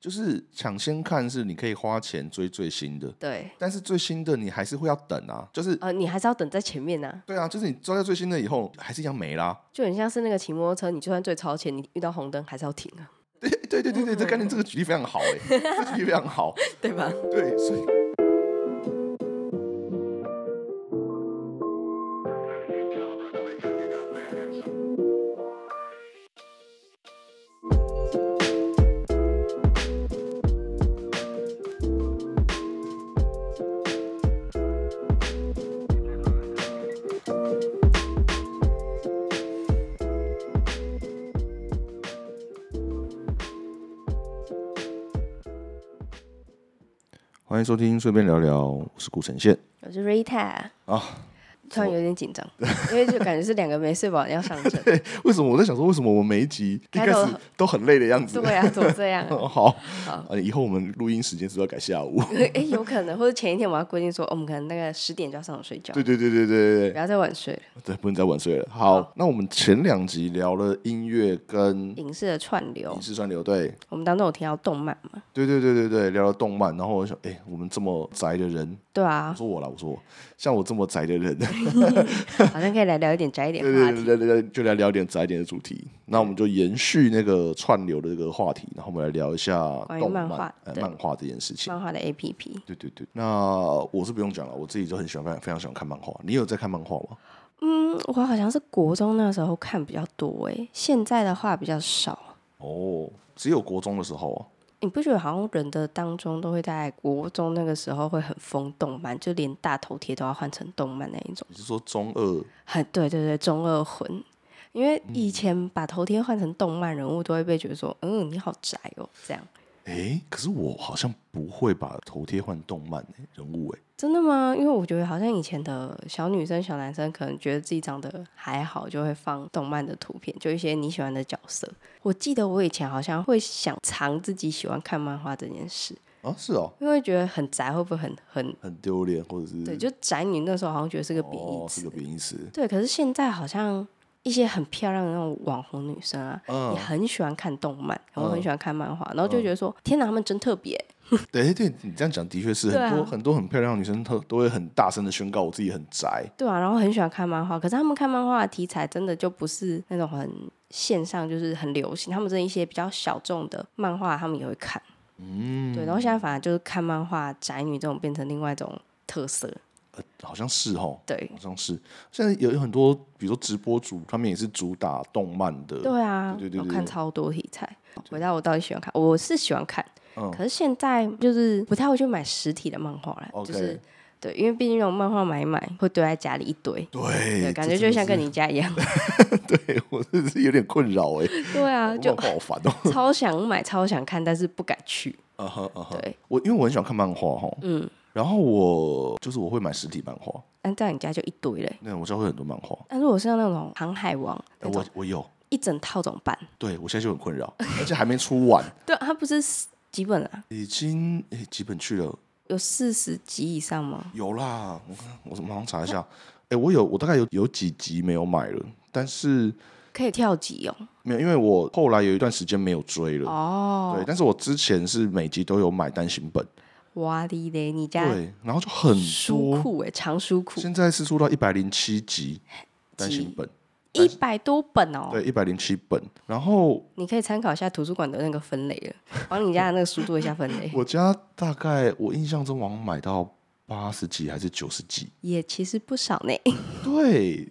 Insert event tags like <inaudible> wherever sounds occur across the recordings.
就是抢先看是你可以花钱追最新的，对，但是最新的你还是会要等啊，就是呃，你还是要等在前面呐、对啊，就是你抓到最新的以后还是一样没啦。 <laughs> 就很像是那个骑摩托车，你就算最超前，你遇到红灯还是要停啊，对对对对 <laughs> 对，这概念这个举例非常好哎、这举例非常 <laughs> 好， <laughs> 对吧？对，所以欢迎收听，顺便聊聊，我是顾晨宪我是 Rita，啊。 <laughs> 突然有点 <laughs> 紧张，因为就感觉是两个没睡饱人要上阵。对，为什么我在想说，为什么我每一集一开开头始都很累的样子？对啊，怎么这样、啊？ <laughs> 哦好，好呃，以后我们录音时间是不是要改下午？哎、有可能，或者前一天我要规定说，哦我们可能大概十点就要上床睡觉，对对对对对对不要再晚睡了。对，不能再晚睡了。好，那我们前两集聊了音乐跟影视的串流影，视串流，对我们当中有提到动漫嘛？对对对对对，聊了动漫，然后我想，哎、我们这么宅的人，对我啊，说我啦，我说我，像我这么宅的人，好像可以来聊一点宅一点对的话对题。对对对，就来聊点宅一点的主题。那我们就延续那个串流的这个话题，然后我们来聊一下关于动漫漫画呃对漫画这件事情。漫画的 APP，对对对，那我是不用讲了，我自己就很喜欢看，非常喜欢看漫画。你有在看漫画吗？嗯，我好像是国中那时候看比较多诶、现在的话比较少。哦，只有国中的时候啊。你不觉得好像人的当中都会在国中那个时候会很疯动漫，就连大头贴都要换成动漫那一种？你是说中二？很对对对，中二魂。因为以前把头贴换成动漫人物，都会被觉得说，嗯，你好宅哦，这样。哎、可是我好像不会把头贴换动漫、欸、人物哎、真的吗？因为我觉得好像以前的小女生、小男生可能觉得自己长得还好，就会放动漫的图片，就一些你喜欢的角色。我记得我以前好像会想藏自己喜欢看漫画这件事，啊，是哦，因为觉得很宅会不会很很很丢脸，或者是对？就宅女那时候好像觉得是个贬义嗯哦，是个词，贬义词。对。可是现在好像一些很漂亮的那种网红女生啊，嗯也，很喜欢看动漫，然后嗯很喜欢看漫画，然后就觉得说，天哪，她们真特别。对对，你这样讲的确是对啊很多很多很漂亮的女生，她都会很大声的宣告我自己很宅。对啊，然后很喜欢看漫画，可是他们看漫画的题材真的就不是那种很线上，就是很流行，他们这一些比较小众的漫画，他们也会看。嗯，对，然后现在反而就是看漫画宅女这种变成另外一种特色。呃，好像是哦，对，好像是。现在有有很多，比如说直播主，他们也是主打动漫的。对啊，对对对我对看超多题材。回到我到底喜欢看，我是喜欢看，嗯可是现在就是不太会去买实体的漫画了， OK 就是对，因为毕竟那种漫画买一买会堆在家里一堆，对，对，感哎这真觉就的像跟是你家 <laughs> 一样。对我真的是有点困扰哎、对啊，就 <laughs> 就好烦 <laughs> 哦。超想买，超想看，但是不敢去。啊哈啊哈，对，我因为我很喜欢看漫画哈，嗯。然后我就是我会买实体漫画，但在你家就一堆嘞。那我家会很多漫画，但如果是像那种航海王呃那种我我有，一整套怎么办？对我现在就很困扰，而且还没出完，对啊，它不是四几本啊？已经诶几本去了，有四十集以上吗？有啦，我看我马上查一下，诶，我有我大概有有几集没有买了，但是可以跳级哦。没有，因为我后来有一段时间没有追了。对，哦，但是我之前是每集都有买单行本，哇哩嘞，你家对，然后就很书多，库哎，藏书库现在是出到一百零七集单行本，一百多本哦。对，一百零七本。然后，你可以参考一下图书馆的那个分类了，往你家的那个书做一下分类 <laughs> 我家大概我印象中我好像买到八十几还是九十几，也其实不少 <laughs> 呢。对，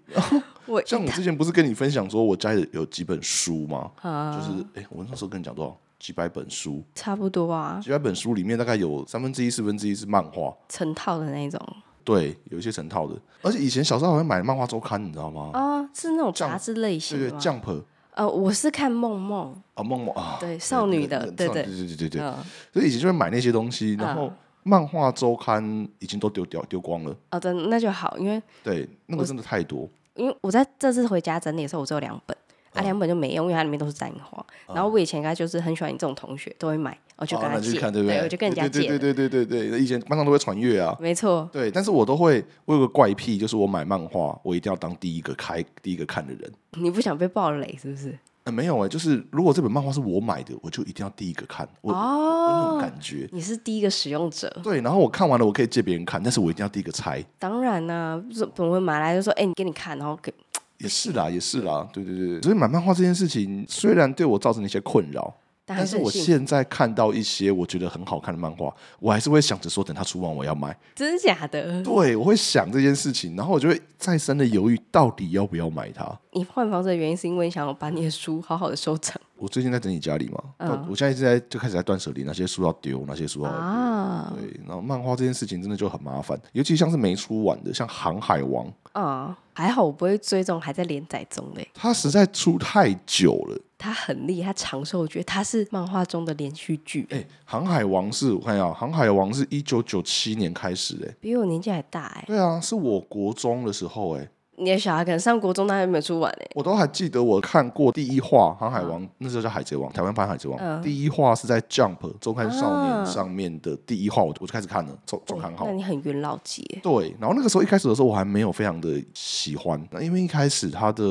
我像我之前不是跟你分享说我家里有几本书吗？就啊，是哎、诶我那时候跟你讲多少？几百本书，差不多啊，几百本书里面大概有三分之一、四分之一是漫画，成套的那种对，有一些成套的。而且以前小时候好像买漫画周刊，你知道吗？啊，是那种这样杂志类型对对的吗？ ，Jump 呃，我是看梦梦，啊，梦梦啊，对少女的对对对对对对对，嗯，所以以前就会买那些东西，然后漫画周刊已经都丢掉丢光了，哦，真的那就好，因为对，那个真的太多，因为我在这次回家整理的时候，我只有两本，啊，嗯两本就没用，因为它里面都是沾花。然后我以前应该就是很喜欢你这种同学，都会买，我就哦跟那他你去借，看对不对？我就跟人家对借对了，对对对对对，以前班上都会传阅啊。没错，对，但是我都会，我有个怪癖，就是我买漫画，我一定要当第一个开、第一个看的人。你不想被暴雷是不是？呃没有哎、就是如果这本漫画是我买的，我就一定要第一个看，我、我那种哦，感觉。你是第一个使用者，对，然后我看完了，我可以借别人看，但是我一定要第一个猜。当然啦、这我们买来就说，哎、你给你看，然后给也是啦，也是啦，对对对对。所以买漫画这件事情虽然对我造成了一些困扰，但还但是是很我幸福，现在看到一些我觉得很好看的漫画，我还是会想着说，等它出完我要买。真的假的？对，我会想这件事情，然后我就会再三的犹豫，到底要不要买它。你换房子的原因是因为你想要把你的书好好的收 <laughs> 藏我最近在整理家里嘛，嗯到我现在一直在就开始在断舍离，哪些书要丢，哪些书要。啊对，然后漫画这件事情真的就很麻烦，尤其像是没出完的，像《航海王》，啊、还好我不会追这种还在连载中的，它实在出太久了。它很厉害，它长寿，我觉得它是漫画中的连续剧，哎，《航海王》是我看一下，《哦航海王》是一九九七年开始的、欸比我年纪还大哎。对啊，是我国中的时候、哎，你的小孩可能上国中，他还没有出完哎。我都还记得我看过第一话《航海王》，那时候叫《海贼王》，台湾版《海贼王》嗯第一话是在《Jump》周刊少啊年上面的第一话，我就我就开始看了，周周刊号那。你很元老级欸耶对，然后那个时候一开始的时候，我还没有非常的喜欢，那因为一开始它的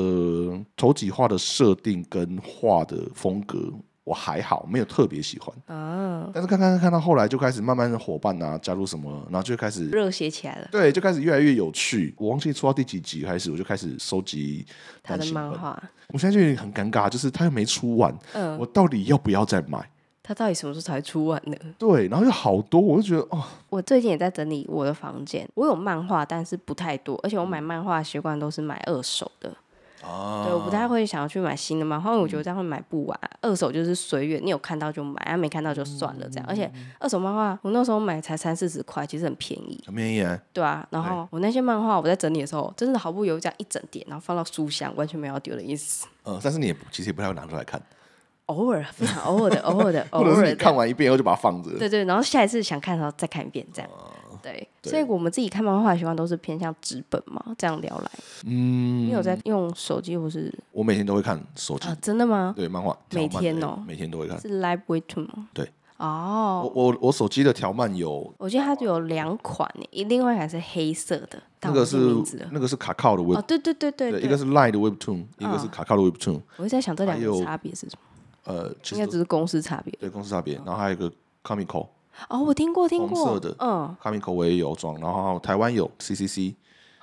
头几话的设定跟画的风格。我还好，没有特别喜欢，啊，但是看看看到后来就开始慢慢的伙伴啊加入什么，然后就开始热血起来了。对，就开始越来越有趣。我忘记出到第几集开始，我就开始收集他的单行漫本。画，我现在就有点很尴尬，就是它又没出完，嗯，我到底要不要再买？他到底什么时候才会出完呢？对，然后有好多，我就觉得哦，我最近也在整理我的房间，我有漫画，但是不太多，而且我买漫画的习惯都是买二手的。啊对，我不太会想要去买新的漫画，因为我觉得这样会买不完。二手就是随缘，你有看到就买，啊没看到就算了这样。而且二手漫画，我那时候买才三四十块，其实很便宜，很便宜欸，对啊。然后我那些漫画，我在整理的时候，真的毫不犹豫这样一整叠，然后放到书箱，完全没有要丢的意思。呃，但是你也不其实也不太会拿出来看，偶尔，非常偶尔的，偶尔 <laughs> 的，偶或者是尔你的看。完一遍以后就把它放着。对对，然后下一次想看的时候再看一遍，这样。对，哦对所以我们自己看漫画的习惯都是偏向纸本嘛，这样聊来。嗯，你有在用手机或是我每天都会看手机，啊？真的吗？对漫画，每条漫天的哦每天都会看。是 Live Webtoon 吗？对。哦，我我我手机的条漫有我记得它有两款耶，一另外一款是黑色的，但那我个忘记是名字了。那个是卡靠的 Web，哦，对对对对嗯对，一个是 Line 的 Webtoon，一个是卡靠的 Webtoon，我就在想这两还个有差别是什么，呃，其实应该都只是哦公司差别。对公司差别，然后还有一个 Comico。哦，我听过听红过，色的嗯，卡米口我也有装，然后台湾有 CCC，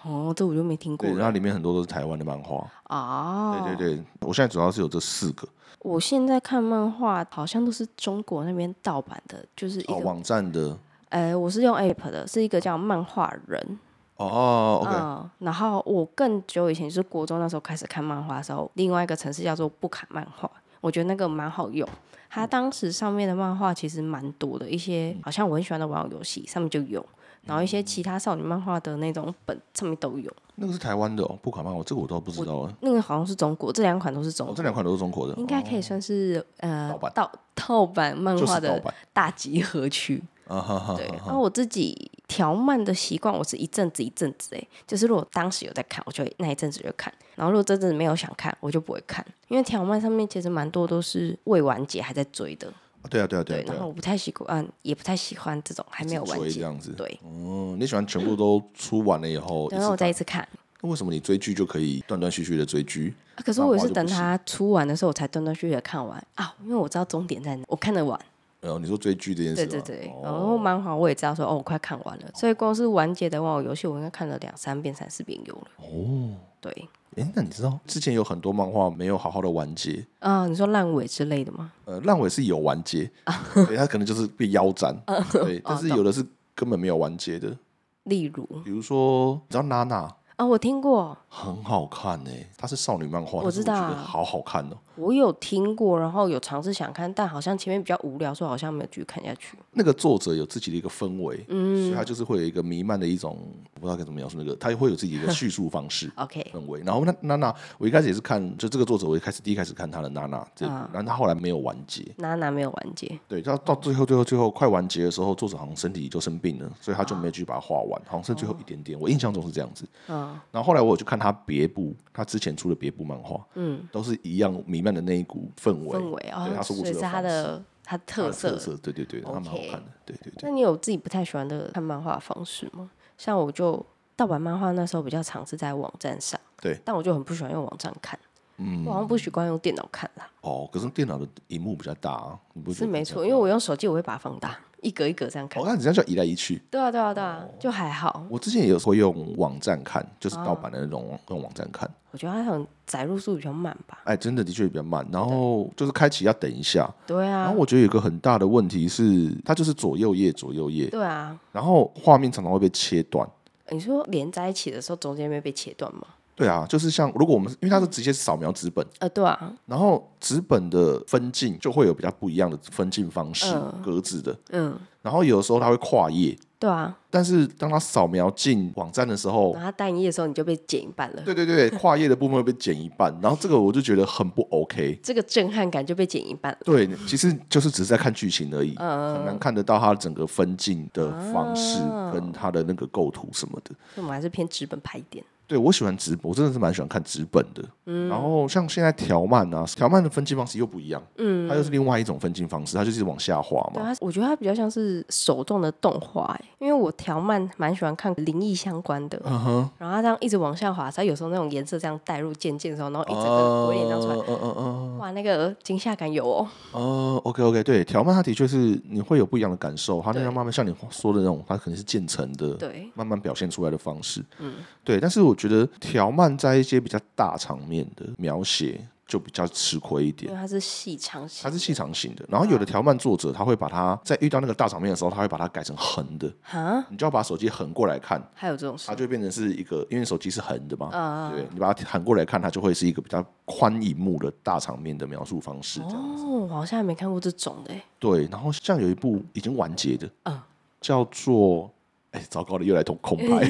哦，这我就没听过对，然了。后里面很多都是台湾的漫画。哦，对对对，我现在主要是有这四个我现在看漫画好像都是中国那边盗版的，就是一哦，个，网站的呃，我是用 app 的，是一个叫漫画人，哦，OK，嗯，然后我更久以前就是国中那时候开始看漫画的时候，另外一个城市叫做布卡漫画，我觉得那个蛮好用。它当时上面的漫画其实蛮多的，一些好像我很喜欢的玩偶游戏上面就有，然后一些其他少女漫画的那种本上面都有。那个是台湾的哦，不卡漫画，这个我倒不知道哎，那个好像是中国，这两款都是中哦，国，这两款都是中国的，应该可以算是、呃盗版盗盗版漫就是画盗的版大集合区。啊哈哈，对，然后我自己调慢的习惯，我是一阵子一阵子哎、就是如果当时有在看，我就会那一阵子就看；然后如果真的没有想看，我就不会看，因为调慢上面其实蛮多都是未完结还在追的，啊对啊对啊对对，啊对然啊后，我不太习惯，嗯也不太喜欢这种还没有一直完追这结，样子，对，嗯，你喜欢全部都出完了以后，然后我一次再一次看。那为什么你追剧就可以断断续续的追剧？啊可是漫我也画是就等不它出完的时候，我才断断续续的看完啊，因为我知道终点在哪，我看得完。然呃后你说追剧这件事对吗，对对，然哦，后漫画我也知道说，哦，我快看完了，所以光是完结的玩偶游戏，我应该看了两三遍、三四遍有了。哦，对，哎，那你知道之前有很多漫画没有好好的完结，啊、你说烂尾之类的吗？呃，烂尾是有完结，啊 <laughs> 对，他可能就是被腰斩，对，但哦是有的是根本没有完结的，例如比如说，你知道娜娜啊、我听过，很好看呢、她是少女漫画，我但是知道我觉得啊好好看哦、我有听过，然后有尝试想看，但好像前面比较无聊，所以好像没有继续看下去。那个作者有自己的一个氛围，所以嗯他就是会有一个弥漫的一种，我不知道该怎么描述那个，他会有自己的叙述方式。 OK，氛围，然后那娜娜，我一开始也是看，就这个作者，我一开始第一开始看他的娜娜，这部嗯然后他后来没有完结，娜娜没有完结，对，到到最后最后最后快完结的时候，作者好像身体就生病了，所以他就没有继续把它画完，好像剩最后一点点。我印象中是这样子。嗯，然后后来我有去看他别部，他之前出的别部漫画，嗯，都是一样弥漫的那一股氛围，氛围哦对，他说所故事以是它方式的它的它特的色。特色，对对对，他蛮好 OK 看的，对对对。那你有自己不太喜欢的看漫画的方式吗？像我就盗版漫画那时候比较尝试在网站上，对，但我就很不喜欢用网站看，嗯我好像不习惯用电脑看啦，哦，可是电脑的荧幕比较大、啊，你不觉是得没比较错，因为我用手机我会把它放大，一格一格这样看哦，。那你这样就要移来移去。对啊，对啊，对哦啊，就还好。我之前也有会用网站看，哦就是盗版的那种网用网站看，我觉得它可能载入速度比较慢吧。哎，真的的确比较慢。然后就是开启要等一下，对然啊后，我觉得有一个很大的问题是，它就是左右页左右页，对啊。然后画面常常会被切断。你说连在一起的时候，中间没被切断吗？对啊，就是像如果我们因为它是直接扫描纸本，呃，对啊，然后纸本的分镜就会有比较不一样的分镜方式、嗯格子的，嗯，然后有的时候它会跨页，对啊。但是当它扫描进网站的时候，然后它单页的时候，你就被剪一半哦了，对对对，跨页的部分会被剪一半，然后这个我就觉得很不 OK。这个震撼感就被剪一半了。对，其实就是只是在看剧情而已，嗯很难看得到它整个分镜的方式啊跟它的那个构图什么的。所以我们还是偏纸本派一点。对我喜欢纸，我真的是蛮喜欢看纸本的。嗯然后像现在条漫啊，条漫的分镜方式又不一样，嗯，它又是另外一种分镜方式，它就是往下滑对嘛。啊，我觉得它比较像是手动的动画、欸，因为我条漫蛮喜欢看灵异相关的，嗯哼，然后它这样一直往下滑，它有时候那种颜色这样带入渐渐的时候，然后一整个鬼脸这样出来，嗯嗯嗯哇，那个惊吓感有哦，嗯，OK OK，对，条漫它的确是你会有不一样的感受，它那对样慢慢像你说的那种，它可能是渐层的，对，慢慢表现出来的方式。嗯，对。但是我觉得条漫在一些比较大场面的描写就比较吃亏一因点为。它是细长型，它是细长型的，然后有的条漫作者他会把它在遇到那个大场面的时候，他会把它改成横的，哈，你就要把手机横过来看，还有这种事它，就会变成是一个，因为手机是横的嘛，啊对，你把它横过来看，它就会是一个比较宽荧幕的大场面的描述方式这样。哦，我好像还没看过这种的、欸，对，然后像有一部已经完结的，嗯叫做。哎，糟糕了，又来通空白。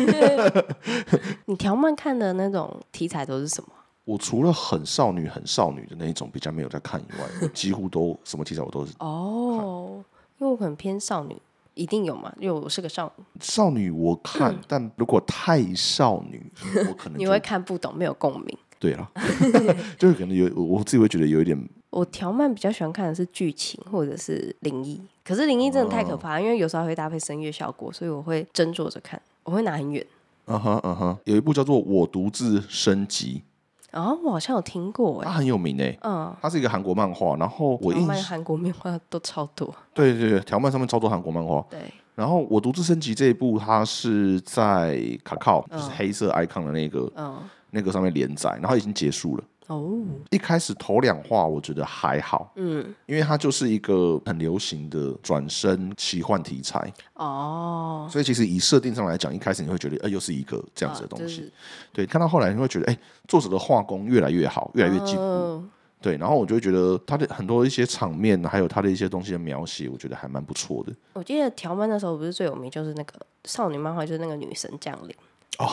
你条漫看的那种题材都是什么？我除了很少女、很少女的那一种比较没有在看以外，我几乎都什么题材我都是哦，因为我可能偏少女，一定有嘛，因为我是个少女，少女我看， <laughs> 但如果太少女，我可能你就会看不懂，没有共鸣。对了， <laughs> 就是可能有我我自己会觉得有一点我条漫比较喜欢看的是剧情或者是灵异，可是灵异真的太哦可怕了，因为有时候还会搭配声乐效果，所以我会斟酌着看，我会拿很远。嗯哼嗯哼，有一部叫做《我独自升级然后哦我好像有听过》，哎、它很有名诶、嗯，它是一个韩国漫画。然后啊我条印漫韩国漫画都超 <laughs> 多，对对对，条漫上面操作韩国漫画。对，然后《我独自升级》这一部，它是在卡靠，就是嗯黑色 icon 的那个嗯，那个上面连载，然后已经结束了。哦，一开始头两话我觉得还好，嗯，因为它就是一个很流行的转身奇幻题材，哦，所以其实以设定上来讲，一开始你会觉得，呃，又是一个这样子的东啊就西。是对，看到后来你会觉得，哎、作者的画工越来越好，越来越进步。嗯对，然后我就会觉得他的很多一些场面，还有他的一些东西的描写，我觉得还蛮不错的。我记得条漫那时候不是最有名，就是那个少女漫画，就是那个女神降临。哦，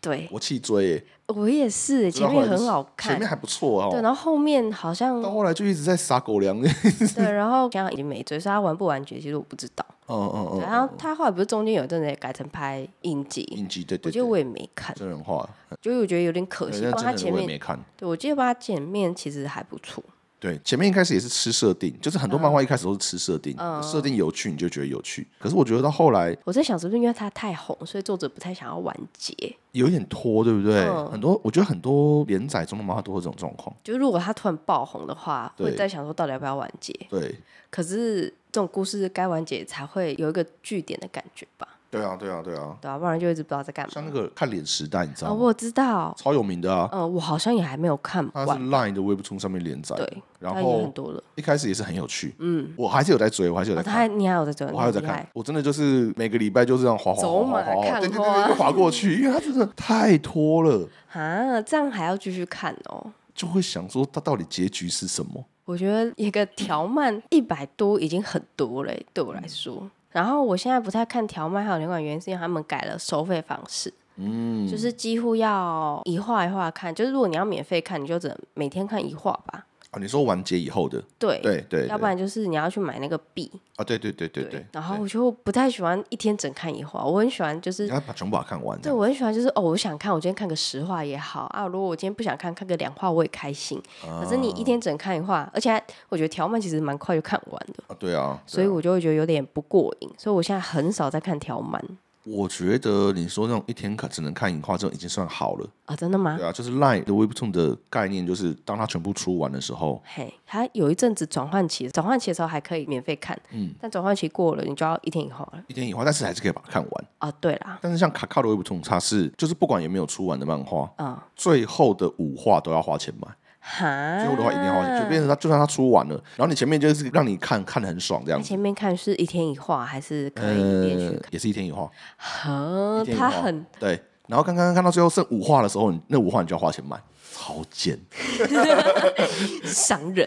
对，我气追、欸，我也是，知道前后来面就是很好前看面，还不错对，哦，然后后面好像到后来就一直在撒狗粮。 <laughs> 嗯对，然后刚刚已经没追，所以他完不完结其实我不知道。嗯嗯，然后他后来不是中间有一阵子也改成拍影集，应激对我对觉得对，我也没看，真人化，就是我觉得有点可对惜。那不过他真人前我也面，没看。对我记得他前面其实还不错。对，前面一开始也是吃设定，就是很多漫画一开始都是吃设定，嗯设定有趣你就觉得有趣。可是我觉得到后来我在想是不是因为他太红，所以作者不太想要完结。有一点拖，对不对？嗯很多我觉得很多连载中的漫画都会有这种状况。就如果他突然爆红的话，对会在想说到底要不要完结。对，可是这种故事该完结才会有一个据点的感觉吧，对啊，对啊，对啊。对吧、不然就一直不知道在干嘛。像那个看脸时代，你知啊、道吗？我知道，超有名的啊，嗯、我好像也还没有看它是完， Line 的 Webtoon 上面连载的，对，然但也很后多了。一开始也是很有趣，嗯，我还是有在追，我还是有哦、在他看。还你还有在追，我还有在你很看厉害，，我真的就是每个礼拜就这样滑滑滑滑走马滑滑，看对对花对，就滑过去，因为它真的太拖了，啊，这样还要继续看哦。就会想说它到底结局是什么？我觉得一个条漫一百多已经很多了欸，对我嗯来说。然后我现在不太看条漫，还有另外一个原因是因为他们改了收费方式，嗯，就是几乎要一画一画看，就是如果你要免费看，你就只能每天看一画吧。啊，你说完结以后的，对，对对，要不对然就是你要去买那个币。啊，对对对对对，然后我就不太喜欢一天整看一画，我很喜欢就你是。要把全部把它看完，这对，样我很喜欢，就是哦，我想看，我今天看个十话也好啊。如果我今天不想看，看个两话我也开心。可是你啊一天整看一话，而且还我觉得条漫其实蛮快就看完的，啊，对啊，所以我就会觉得有点不过瘾。所以我现在很少在看条漫，我觉得你说那种一天看只能看一画，这种已经算好了。啊，真的吗对？啊，就是 Line 的 Webtoon 的概念，就是当它全部出完的时候，嘿，它有一阵子转换期，转换期的时候还可以免费看，嗯，但转换期过了，你就要一天以后了。一天一画，但是还是可以把它看完。啊，对啦，但是像卡卡的 Webtoon，它是就是不管有没有出完的漫画，嗯，最后的五画都要花钱买，哈，最后的话一定要花钱，就变成它就算它出完了，然后你前面就是让你看看得很爽这样那子。前面看是一天一画还是可以连续呃看？，也是一天一画，呵呃一，天一它画很哦对。然后刚刚看到最后剩五画的时候，你那五画你就要花钱买，超贱， <laughs> 伤人，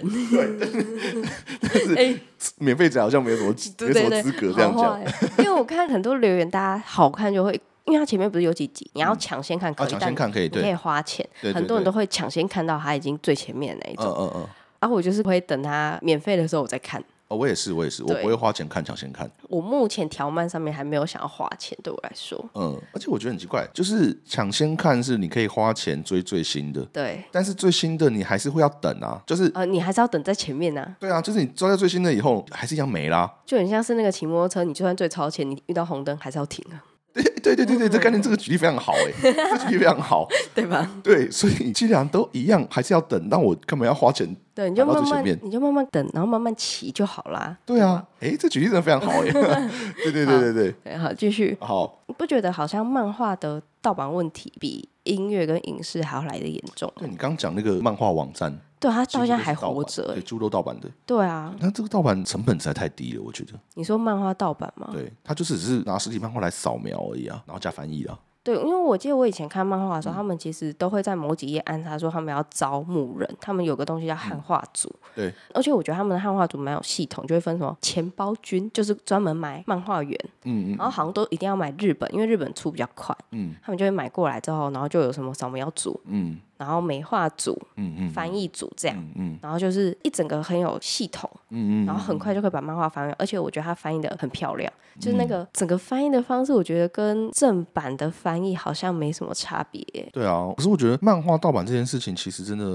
<laughs> 哎免费仔好像没有什么资对没什对么对，资格这样好讲 <laughs> 坏。因为我看很多留言，大家好看就会。因为它前面不是有几集，你要抢先看可以，啊抢但先看可以你对可以花钱。对对很多人对都会抢先看到它已经最前面的那一种。嗯嗯嗯，然后我就是会等它免费的时候我再看。哦，我也是，我也是，我对不会花钱看抢先看。我目前条漫上面还没有想要花钱，对我来说，嗯，而且我觉得很奇怪，就是抢先看是你可以花钱追最新的，对，但是最新的你还是会要等啊，就是。呃，你还是要等在前面呐、对啊，就是你抓到最新的以后，还是一样没啦。 <laughs> 就很像是那个骑摩托车，你就算最超前，你遇到红灯还是要停啊，对对对嗯对对，这概念这个举例非常好哎、这个举例非常好。对吧？ <laughs> 对，所以既然都一样，还是要等，那我干嘛要花钱？对，你就跑到慢最前慢面，你就慢慢等，然后慢慢骑就好啦。对啊，哎，这举例真的非常好 <laughs> 哎、对对对对对，对，好，继续。好，你不觉得好像漫画的盗版问题比音乐跟影视还要来的严重？对你刚讲那个漫画网站，对，它到几乎现在都是还盗活版着、对，欸。几乎都盗版的。对啊，那这个盗版成本实在太低了，我觉得。你说漫画盗版吗？对，啊他就只是拿实体漫画来扫描而已啊，然后加翻译啊。对，因为我记得我以前看漫画的嗯时候，他们其实都会在某几页安插说他们要招募人，他们有个东西叫汉化组，嗯对，而且我觉得他们的汉化组蛮有系统，就会分什么钱包君，就是专门买漫画员，嗯嗯然后好像都一定要买日本，因为日本出比较快，嗯他们就会买过来之后，然后就有什么扫描组，嗯然后美化组、嗯嗯，翻译组这样，嗯嗯然后就是一整个很有系统，嗯嗯，嗯然后很快就可以把漫画翻完，而且我觉得他翻译的很漂亮，就是那个整个翻译的方式，我觉得跟正版的翻译好像没什么差别耶、对啊。可是我觉得漫画盗版这件事情，其实真的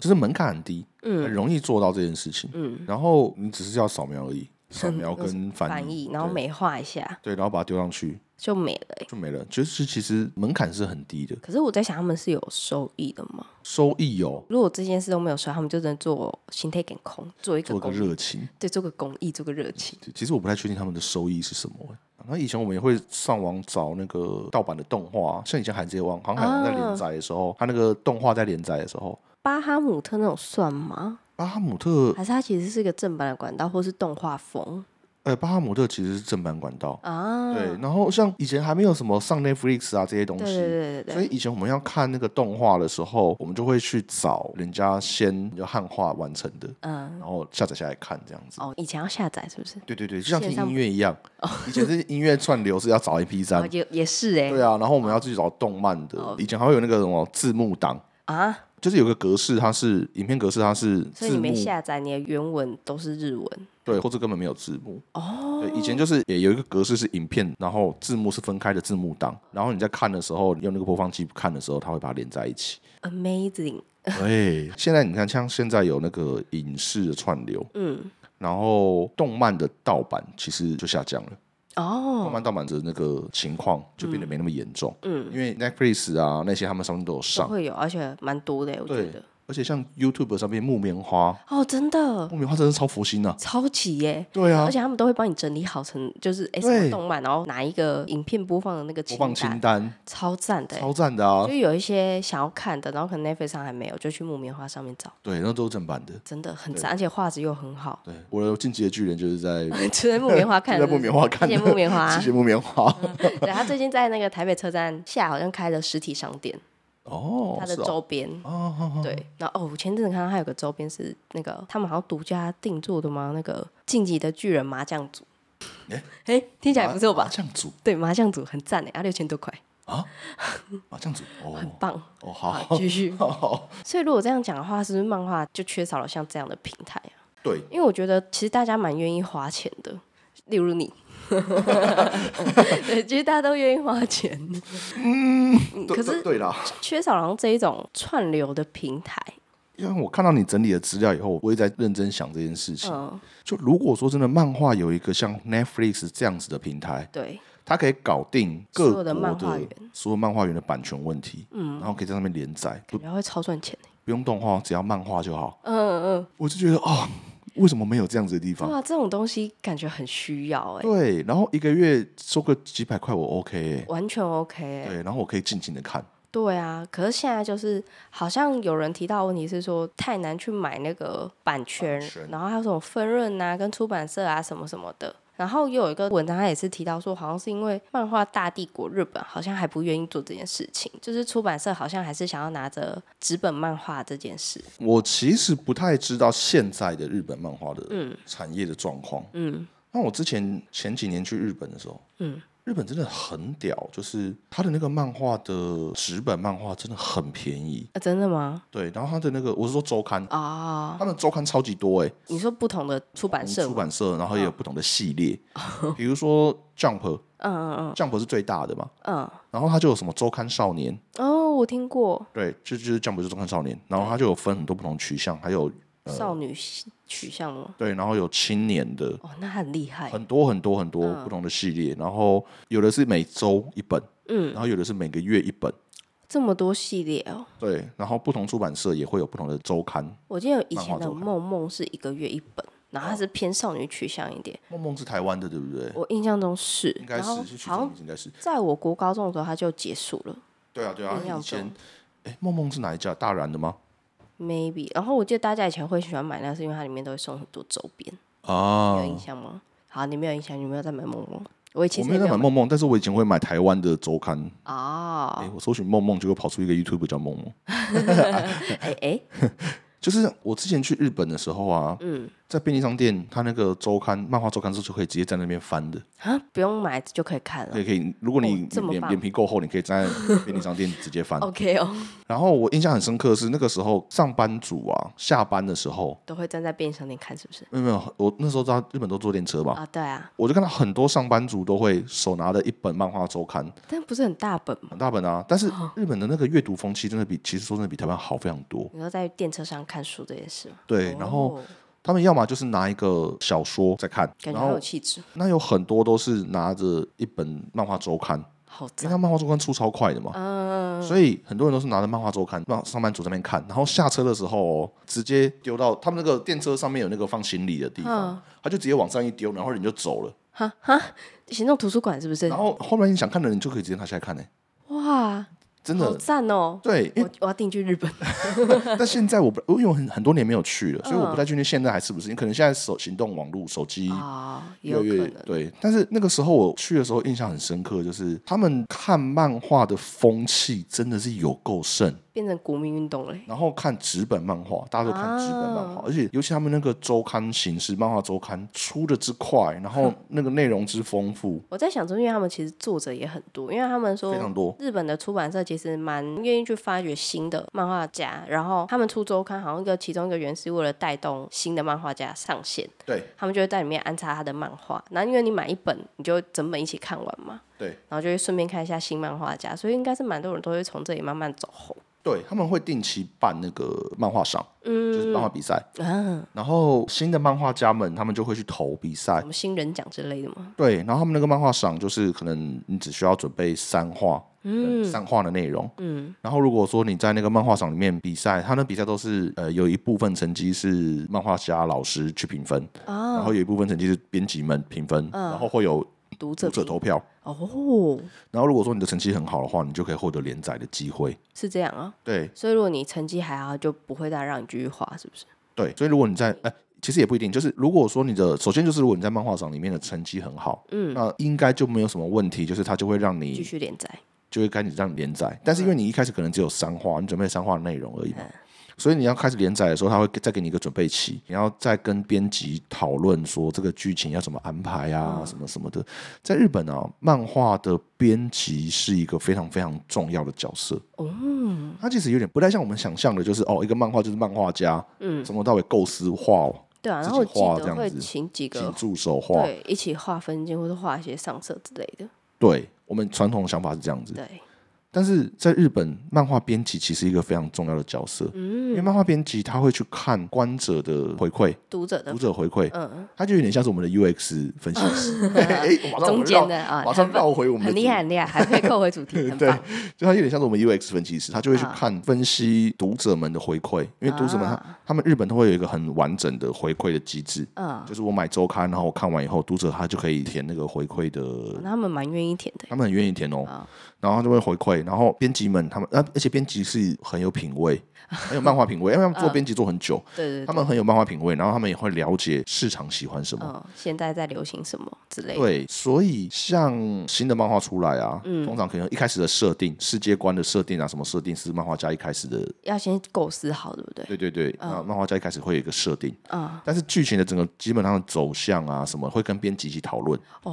就是门槛很低，很容易做到这件事情。嗯，然后你只是要扫描而已，扫嗯描跟翻翻译译，，然后对美化一下对，然后把它丢上去就没了耶、就没了。就是其实门槛是很低的，可是我在想，他们是有收益的吗？收益哦有如果这件事都没有收益，他们就只能做心态给空，做一个做个公热情。对，做个公益，做个热情。对其实我不太确定他们的收益是什么、欸。那以前我们也会上网找那个盗版的动画、啊像以前《海贼王》，好像《海贼王》在连载的时哦候，它那个动画在连载的时候，巴哈姆特那种算吗？巴哈姆特，还是它其实是一个正版的管道，或是动画风呃，巴哈姆特其实是正版管道。啊？对，然后像以前还没有什么上 Netflix 啊这些东对西，对对对所以对，以前我们要看那个动画的时候，我们就会去找人家先就汉化完成的，嗯，然后下载下来看这样子。哦，以前要下载是不是？对对对，就像听线上音乐一样，以前是音乐串流是要找 MP 哦三，，也也是哎、对啊，然后我们要自己找动漫的哦，以前还会有那个什么字幕档，啊，就是有个格式，它是影片格式，它是所字以你幕没下载，你的原文都是日文对，或者根本没有字幕。哦。对，以前就是也有一个格式是影片，然后字幕是分开的字幕档，然后你在看的时候用那个播放器看的时候，它会把它连在一 <laughs> 起。 Amazing，对，现在你看，像现在有那个影视的串流，嗯，然后动漫的盗版其实就下降了。动哦，漫盗版的那个情况就变得没那么严重，嗯，因为 Netflix 啊那些他们上面都有都上，会有，而且蛮多的耶，我觉对得。而且像 YouTube 上面木棉花，哦，真的木棉花真的超佛心啊！超级耶！对啊而，且他们都会帮你整理好成，就是哎什对么动漫，然后哪一个影片播放的那个播清放单，清单超赞的耶。欸超赞的啊就！有一些想要看的，然后可能 Netflix 上还没有，就去木棉花上面找，对，那都是正版的。真的很赞，而且画质又很好。对，我的《进击的巨人》就是在就在木棉花 <laughs> 看就 <laughs> 的，在木棉花 <laughs> 看谢的，谢木棉花嗯谢。谢木棉花。对，他最近在那个台北车站下好像开了实体商店，哦，他的是哦周边。哦哦哦对，然后哦，我前阵子看到他有个周边是那个他们好像独家定做的吗？那个晋级的巨人麻将组，诶哎，听起来不错麻吧？将组对，麻将组很赞哎，啊，六千多块，啊，麻将组很哦棒。哦，好好，继续。好好，所以如果这样讲的话，是不是漫画就缺少了像这样的平台啊？对，因为我觉得其实大家蛮愿意花钱的，例如你。 <laughs> 对，其实大家都愿意花钱，嗯，对可对是对啦。缺少好像这一种串流的平台，因为我看到你整理的资料以后，我也在认真想这件事情。嗯，就如果说真的漫画有一个像 Netflix 这样子的平台，对，它可以搞定各所有国的漫画园所有漫画园的版权问题，嗯，然后可以在上面连载，不感觉会超赚钱欸不用动画，只要漫画就好。嗯嗯我就觉得哦，为什么没有这样子的地嗯，方？哇，这种东西感觉很需要哎、啊对，然后一个月收个几百块，我 OK 欸完全 OK 哎、对，然后我可以尽情的看，对啊，可是现在就是好像有人提到的问题是说太难去买那个版权，版权然后还有什么分润啊、跟出版社啊什么什么的。然后又有一个文章，他也是提到说，好像是因为漫画大帝国日本好像还不愿意做这件事情，就是出版社好像还是想要拿着纸本漫画这件事。我其实不太知道现在的日本漫画的产业的状况。嗯，那我之前前几年去日本的时候，嗯，日本真的很屌，就是它的那个漫画的纸本漫画真的很便宜。啊、真的吗？对，然后它的那个我是说周刊，啊、他们周刊超级多哎、欸，你说不同的出版社出吗，哦版社，然后也有不同的系列，比如说 Jump，Jump 嗯嗯是最大的嘛，嗯然后它就有什么周刊少年，嗯，哦，我听过对，就就是 Jump 就是周刊少年，然后它就有分很多不同取向，还有少女系取向吗？对，然后有青年的，哦，嗯那很厉害，很多很多很多不同的系列，然后有的是每周一本，嗯，然后有的是每个月一本，这么多系列哦。对，然后不同出版社也会有不同的周刊。我记得以漫画哦前的周刊梦梦是一个月一本，然后它是偏少女取向一点，梦梦是台湾的，对不对？我印象中是应，该然后是，是徐哦好正像明应该是。在我国高中的时候它就结束了对啊，对啊印，象以前中，哎，梦梦是哪一家？大然的吗？ ，maybe。然后我记得大家以前会喜欢买那个，是因为它里面都会送很多周边，你啊有，印象吗？好，你没有印象，你没有在买梦梦，我也其我实没有在买买梦梦，但是我以前会买台湾的周刊。哎哦，，我搜寻梦梦，结果跑出一个 YouTube 叫梦梦。哎哎，就是我之前去日本的时候啊，嗯在便利商店，它那个周刊、漫画周刊是就可以直接在那边翻的。啊，不用买就可以看了可以可以，如果你哦这么脸棒脸皮够厚，你可以在便利商店直接翻。 ，OK 哦，然后我印象很深刻的是那个时候上班族啊，下班的时候，都会站在便利商店看是不是？没有没有，我那时候在日本都坐电车嘛，啊，对啊，我就看到很多上班族都会手拿着一本漫画周刊，但不是很大本吗？很大本啊。但是嗯日本的那个阅读风气真的比，其实说真的比台湾好非常多。你说在电车上看书这件事吗？对，然后哦他们要么就是拿一个小说在看，感然觉好后有气质，那有很多都是拿着一本漫画周刊，好因为赞，它漫画周刊出超快的嘛，嗯。所以很多人都是拿着漫画周刊，让上班族在那边看，然后下车的时候哦、直接丢到他们那个电车上面有那个放行李的地方，嗯他就直接往上一丢，然后人就走了。行动图书馆是不是然？后后面你想看的人就可以直接拿下来看呢、哇，真好的。赞哦！对，因为我我要定居 <laughs> 日本， <laughs> 但现在我不，因为我很很多年没有去嗯了，所以我不太确定现在还是不是。你可能现在手行动网络、手机啊，也越有来可越能。对，但是那个时候我去的时候印象很深刻，就是他们看漫画的风气真的是有够盛。变成国民运动嘞。然后看纸本漫画，大家都看纸本漫啊画，而且尤其他们那个周刊形式，漫画周刊出的之快，然后那个内容之丰富，我在想说，因为他们其实作者也很多，因为他们非常说多。日本的出版社其实蛮愿意去发掘新的漫画家，然后他们出周刊，好像一个其中一个原因是为了带动新的漫画家上线，对他们就会在里面安插他的漫画。那因为你买一本，你就整本一起看完嘛，对然后就会顺便看一下新漫画家，所以应该是蛮多人都会从这里慢慢走红。对，他们会定期办那个漫画赏，就嗯是漫画比赛，啊，然后新的漫画家们他们就会去投比赛什。么新人奖之类的吗？对，然后他们那个漫画赏就是可能你只需要准备三话，嗯，三话的内容，嗯，然后如果说你在那个漫画赏里面比赛，他那比赛都是呃有一部分成绩是漫画家老师去评分，啊，然后有一部分成绩是编辑们评分，然后会有嗯读者读者评投票。哦，然后如果说你的成绩很好的话，你就可以获得连载的机会。是这样啊。对所以如果你成绩还好，就不会再让你继续画，是不是？对，所以如果你在哎、其实也不一定，就是如果说你的首先就是如果你在漫画赏里面的成绩很好，嗯，那应该就没有什么问题，就是它就会让继你续连载，就会开始让你连载。但是因为你一开始可能只有三话，你准备三话的内容而已嘛。所以你要开始连载的时候，他会再给你一个准备期，你要再跟编辑讨论说这个剧情要怎么安排啊，什么什么的。在日本啊，漫画的编辑是一个非常非常重要的角色。哦，他其实有点不太像我们想象的，就是哦，一个漫画就是漫画家，嗯，从头到尾构思画、对啊。自己然后我记画这得样会子请几请个助手画。对一起画分镜，或者画一些上色之类的。对我们传统的想法是这样子，对，但是在日本，漫画编辑其实一个非常重要的角色，嗯因为漫画编辑他会去看观者的回馈、读者的读者回馈，嗯，他就有点像是我们的 UX 分析师， <laughs> 哎，马上我中们间绕，的啊，马上绕回我们的很主厉害，很厉害，还可以扣 <laughs> 回主题，很对棒。，就他有点像是我们 UX 分析师，他就会去啊看分析读者们的回馈，因为读者们他、啊他们日本都会有一个很完整的回馈的机制，嗯，就是我买周刊，然后我看完以后，读者他就可以填那个回馈的，那他们蛮愿意填的。他们很愿意填哦，啊然后他就会回馈，然后编辑们他们，啊、而且编辑是很有品味， <laughs> 很有漫画品味，因为他们做编辑做很久，对嗯对对，他们很有漫画品味，然后他们也会了解市场喜欢什么。嗯，现在在流行什么之类的。对，所以像新的漫画出来啊，嗯通常可能一开始的设定、世界观的设定啊，什么设定是漫画家一开始的，要先构思好，对不对？对对对，啊、漫画家一开始会有一个设定，嗯但是剧情的整个基本上的走向啊，什么会跟编辑一起讨论，哦，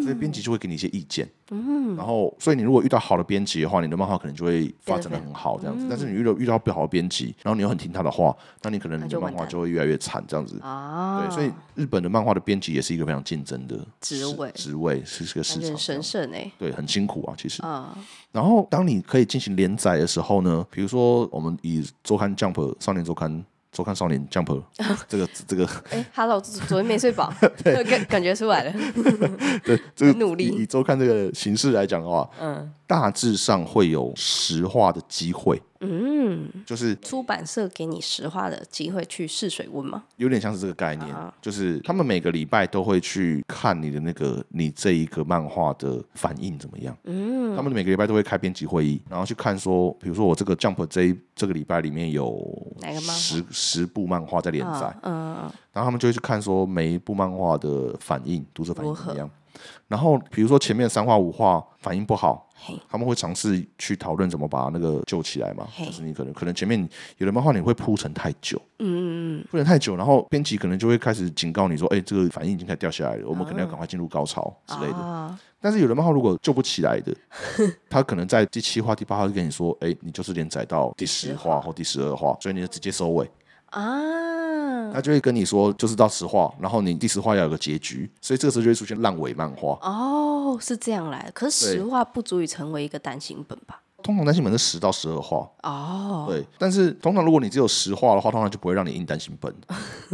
所以编辑就会给你一些意见，嗯，然后所以你如果遇到好的编辑的话，你的漫画可能就会发展的很好这样嗯子，但是你遇到遇到不好的编辑，然后你又很听他的话，那你可能那你就的完漫画蛋就会越来越惨这样子。啊，对，所以日本的漫画的编辑也是一个非常竞争的职市位职位是是个市场这感觉很样子，神圣哎、对，很辛苦啊，其实。啊、然后当你可以进行连载的时候呢，比如说我们以周刊 Jump 少年周刊。周刊少年 <laughs> Jump 这个这个哎、h e l l o 昨天没 <laughs> 睡饱， <laughs> 感感觉出来了，对这个很 <laughs> 努力以以周刊这个形式来讲的话，嗯大致上会有实话的机会，嗯，就是出版社给你实话的机会去试水温吗？有点像是这个概念啊，就是他们每个礼拜都会去看你的那个你这一个漫画的反应怎么样。嗯他们每个礼拜都会开编辑会议，然后去看说，比如说我这个 Jump 这一这个礼拜里面有哪个漫画十十部漫画在连载，啊嗯、嗯然后他们就会去看说每一部漫画的反应，读者反应如怎么何样。然后比如说前面三话五话反应不好嘿，他们会尝试去讨论怎么把那个救起来嘛。嘿就是你可能可能前面你有的漫画你会铺陈太久，嗯嗯铺陈太久，然后编辑可能就会开始警告你说，哎，这个反应已经开始掉下来了，我们可能要赶快进入高潮之嗯，类的。啊，但是有的漫画如果救不起来 <laughs> 的，他可能在第七话、第八话就跟你说，哎，你就是连载到第十话或第十二话，所以你就直接收尾。啊他就会跟你说，就是到十话，然后你第十话要有个结局，所以这个时候就会出现烂尾漫画。哦，是这样来的。可是对实话不足以成为一个单行本吧？通常单行本是十到十二话，哦，对。但是通常如果你只有十话的话，通常就不会让你印单行本。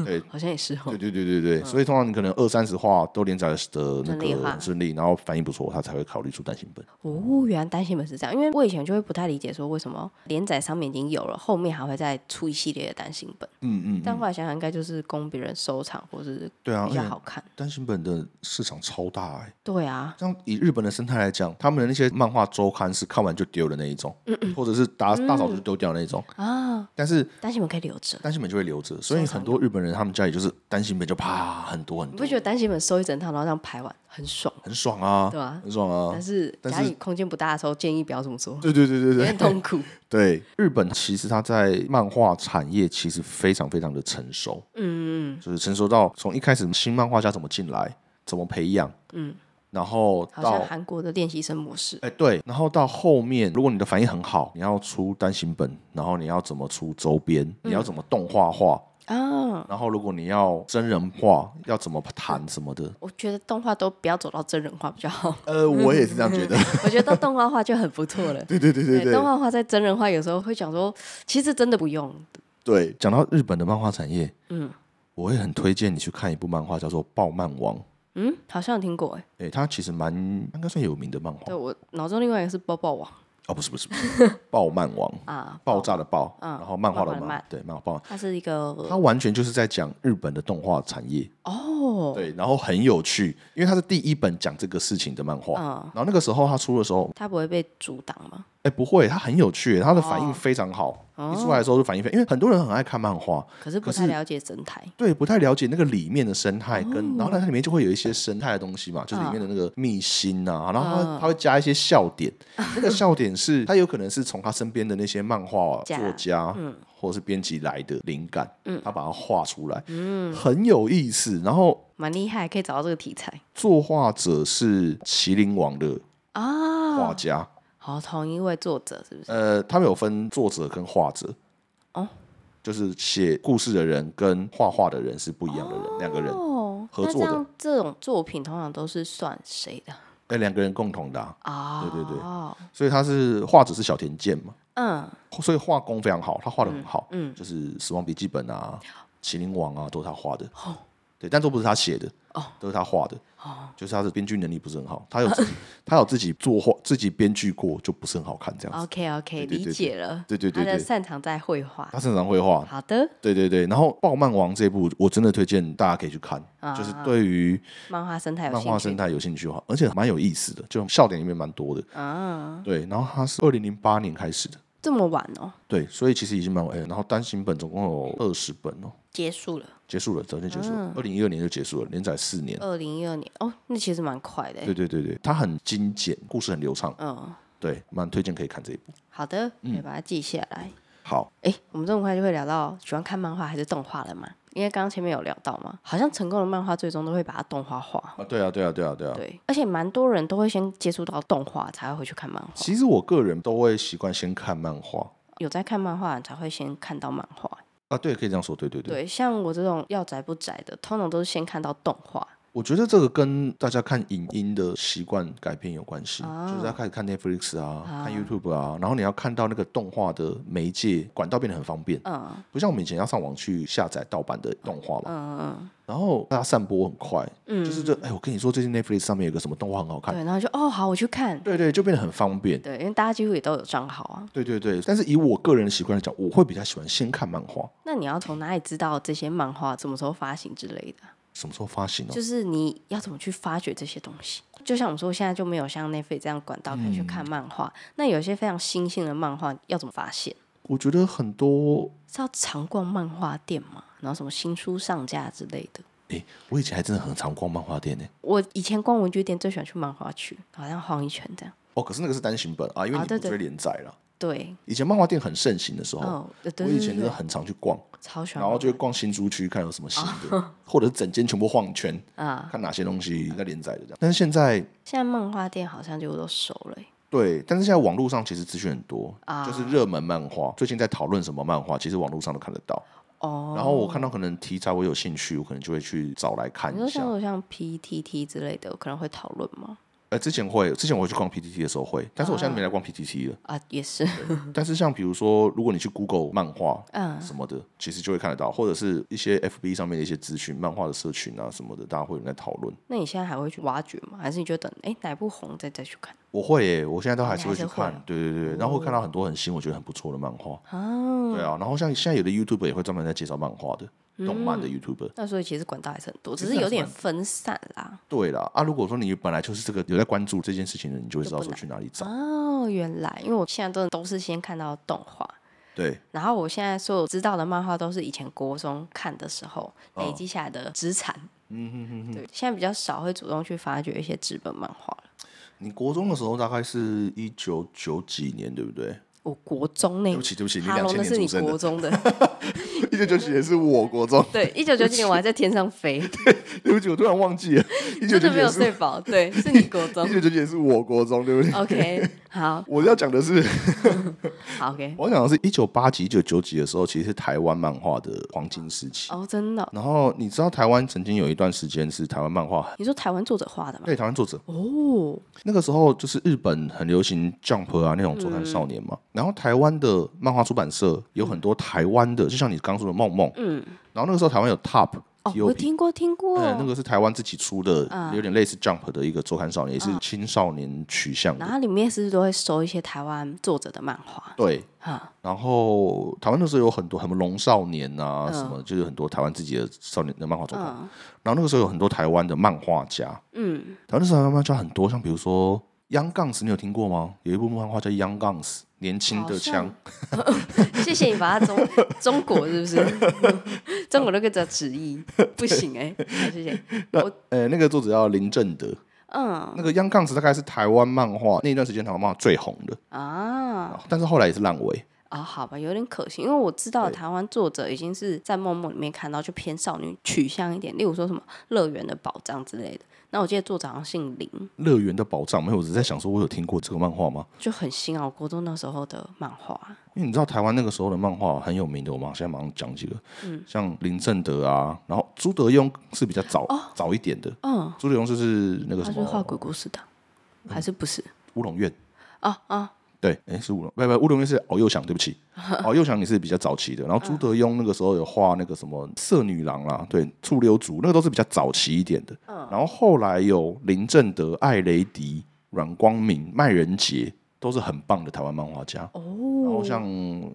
对，好像也是哦对。对对对对。所以通常你可能二三十话都连载的那顺利个化很顺利，然后反应不错，他才会考虑出单行本。哦，原来单行本是这样，因为我以前就会不太理解，说为什么连载上面已经有了，后面还会再出一系列的单行本。嗯嗯但后来想想，应该就是供别人收藏，或是对啊，比较而且好看。单行本的市场超大哎、对啊，像以日本的生态来讲，他们的那些漫画周刊是看完就丢的那一种，或者是打大扫除就丢掉那一种。嗯啊，但是单行本可以留着。单行本就会留着，所以收藏很多日本人他们家里就是单行本就啪很多很你多不，觉得单行本收一整套，然后这样排完很爽？很爽啊，对啊很爽啊但。是但家是里空间不大的时候，建议不要这么做， <laughs> 对对对对有对点痛苦。对，日本其实它在漫画产业其实非常非常的成熟，嗯，嗯就是成熟到从一开始新漫画家怎么进来，怎么培养，嗯，然后好到像韩国的练习生模式。哎，对，然后到后面，如果你的反应很好，你要出单行本，然后你要怎么出周边，你嗯要怎么动画化，啊，然后如果你要真人化，要怎么谈什么的。我觉得动画都不要走到真人化比 <laughs> 较好，呃，我也是这样觉得。我觉得到动画化就很不错了。 <laughs> 对对对对动画化在真人化有时候会讲说，其实真的不用。对。讲到日本的漫画产业，嗯我会很推荐你去看一部漫画，叫做《暴漫王》。嗯，好像有听过哎、哎，它其实蛮应该算有名的漫画对我脑中另外一个是抱抱王哦，不是不是，不 <laughs> 是暴漫王，啊，爆炸的爆，嗯然后漫画的漫画的漫漫，对，漫画暴漫。它是一个它完全就是在讲日本的动画产业。哦，对，然后很有趣，因为它是第一本讲这个事情的漫画。嗯，然后那个时候它出的时候，它不会被阻挡吗？哎，不会，它很有趣，它的反应非常好。哦一出来的时候就反应非，因为很多人很爱看漫画，可是不可是太了解神台对，不太了解那个里面的生态跟，哦然后它里面就会有一些生态的东西嘛，就是嗯里面的那个秘辛啊，然后它会、它会加一些笑 <laughs> 点，那个笑点是它有可能是从他身边的那些漫画家作家，嗯或者是编辑来的灵感，他把它画出来，嗯很有意思。然后蛮厉害，可以找到这个题材作画者是麒麟王的画啊。家，好，同一位作者是不是？呃，他们有分作者跟画者，哦，就是写故事的人跟画画的人是不一样的人，两个人。哦，合那作这的样这种作品通常都是算谁的？哎，两个人共同的、啊，哦，对对对哦，所以他是画者是小田健嘛，嗯所以画工非常好，他画的很好，嗯，就是《死亡笔记本》啊，《麒麟王》啊，都是他画的。对，但都不是他写的，哦都是他画的。就是他的编剧能力不是很好，他有 <laughs> 自己他有自己作画、自己编剧过，就不是很好看这样子。 ，OK 对对 OK，对理解了，对对对他的对啊擅长在绘画，他擅长绘画，好的，对对对。然后《暴漫王》这部，我真的推荐大家可以去看，啊就是对于漫画生态有漫画兴生趣，态有兴趣的话，而且蛮有意思的，就笑点里面蛮多的。啊，对，然后它是二零零八年开始的，这么晚哦，对，所以其实已经蛮晚、哎然后单行本总共有二十本哦，结束了，结束了，昨天结束了，二零一二年就结束了，连载四年。二零一二年，哦，那其实蛮快的，对对对对，它很精简，故事很流畅，嗯，对，蛮推荐可以看这一部。好的，嗯可以把它记下来。好，哎，我们这么快就会聊到喜欢看漫画还是动画了吗？因为刚刚前面有聊到嘛，好像成功的漫画最终都会把它动画化。啊，对啊，对啊，对啊，对啊。对，而且蛮多人都会先接触到动画，才会回去看漫画。其实我个人都会习惯先看漫画有在看漫画，才会先看到漫画。啊，对，可以这样说，对对对。对，像我这种要宅不宅的，通常都是先看到动画。我觉得这个跟大家看影音的习惯改变有关系，啊就是要开始看 Netflix 啊，啊看 YouTube 啊，然后你要看到那个动画的媒介管道变得很方便，嗯不像我们以前要上网去下载盗版的动画嘛，嗯嗯然后大家散播很快，嗯，就是这，哎，我跟你说，最近 Netflix 上面有个什么动画很好看，对，然后就哦好，我去看。对对，就变得很方便。对，因为大家几乎也都有账号啊。对对对，但是以我个人的习惯来讲，我会比较喜欢先看漫画，那你要从哪里知道这些漫画什么时候发行之类的啊？什么时候发行哦呢、就是你要怎么去发掘这些东西？就像我们说，现在就没有像 Netflix 这样管道可以去嗯看漫画。那有些非常新兴的漫画要怎么发现？我觉得很多，是要常逛漫画店吗？然后什么新书上架之类的？哎，我以前还真的很常逛漫画店呢、我以前逛文具店最喜欢去漫画区，好像晃一圈这样。哦，可是那个是单行本啊，因为啊你对不对追连载了。对，以前漫画店很盛行的时候，哦，对对我对以前真对的很常去逛，超喜欢然漫画，后就会逛新书区看有什么新的， <laughs> <laughs> 或者是整间全部晃一圈，哦啊，看哪些东西在连载的这样。但是现在，现在漫画店好像就都熟了欸、对，但是现在网络上其实资讯很多，啊就是热门漫画，最近在讨论什么漫画，其实网络上都看得到。哦，然后我看到可能题材我有兴趣，我可能就会去找来看你一说下像。我像 PTT 之类的，可能会讨论吗？呃，之前会，之前我去逛 PTT 的时候会，但是我现在没来逛 PTT 了。啊，也是， <laughs> 但是像比如说，如果你去 Google 漫画嗯什么的，其实就会看得到，或者是一些 FB 上面的一些资讯、漫画的社群啊什么的，大家会有人在讨论。那你现在还会去挖掘吗？还是你就等哎哪部红再再去看？我会耶，我现在都还是哦会你还是去看，会对对对，然后会看到很多很新，我觉得很不错的漫画，哦，对啊，然后像现在有的 YouTube 也会专门在介绍漫画的。动漫嗯的 YouTube，那所以其实管道还是很多，只其实是有还是点蛮分散啦。对啦，啊，如果说你本来就是这个有在关注这件事情的，你就会知道说去哪里找。哦，原来，因为我现在真的都是先看到动画，对，然后我现在所有知道的漫画都是以前国中看的时候哦累积下来的资产。嗯哼哼对，现在比较少会主动去发掘一些纸本漫画了。你国中的时候大概是一九九几年，对不对？我国中那对不起，对不起，你哈两喽，千那年是你出生国的，中的，一九九几年是我国中，对，一九九七年我还在天上飞， <laughs> 对不起，我突然忘记了，一九 <laughs> 真九几的没有年是睡饱，对，是你国中 <laughs> 一。九九几年是我国中，对不对？ OK，好，我要讲的是，好，OK，我讲的是一九八几、一九九几的时候，其实是台湾漫画的黄金时期。哦，真的哦，然后你知道台湾曾经有一段时间是台湾漫画，你说台湾作者画的吗？对台湾作者，哦，那个时候就是日本很流行 Jump 啊那种周嗯刊少年嘛，然后台湾的漫画出版社有很多台湾的，就像你刚说的梦梦，嗯，然后那个时候台湾有 Top。哦， T.O.P 我听过听过，对，呃那个是台湾自己出的，嗯有点类似 Jump 的一个周刊少年，也是青少年取向然的。后里面是不是都会收一些台湾作者的漫画？对，哈，然后台湾那时候有很多什么龙少年啊，嗯什么就是很多台湾自己的少年的漫画周刊。然后那个时候有很多台湾的漫画家，嗯，台湾那时候漫画家很多，像比如说 Young Guns，你有听过吗？有一部漫画叫 Young Guns，年轻的枪。 <laughs> 谢谢你 <laughs> 把它中中国是不是？ <laughs> 中国那个叫旨意，不行哎、好谢谢。呃，那个作者叫林正德。嗯那个 Young Guns 大概是台湾漫画那一段时间台湾漫画最红的，啊但是后来也是烂尾。啊，好吧，有点可惜，因为我知道的对台湾作者已经是在梦梦里面看到就偏少女取向一点，例如说什么乐园的宝藏之类的。那我记得作者好像姓林，乐园的宝藏没有，我只是在想说，我有听过这个漫画吗？就很新啊，我国中那时候的漫画。因为你知道台湾那个时候的漫画很有名的，我马现在马上讲几个，嗯像林正德啊，然后朱德庸是比较早、早一点的，嗯，朱德庸就是那个他什是画么，嗯鬼故事的。还是不是？乌龙院。哦哦，对，哎，是乌龙，不不，乌龙院是敖幼祥，对不 <laughs> 起，敖幼祥也是比较早期的。然后朱嗯德庸那个时候有画那个什么色女郎啦，对，醋溜族那个都是比较早期一点的。嗯然后后来有林正德、艾雷迪、阮光明、麦仁杰，都是很棒的台湾漫画家。哦然后像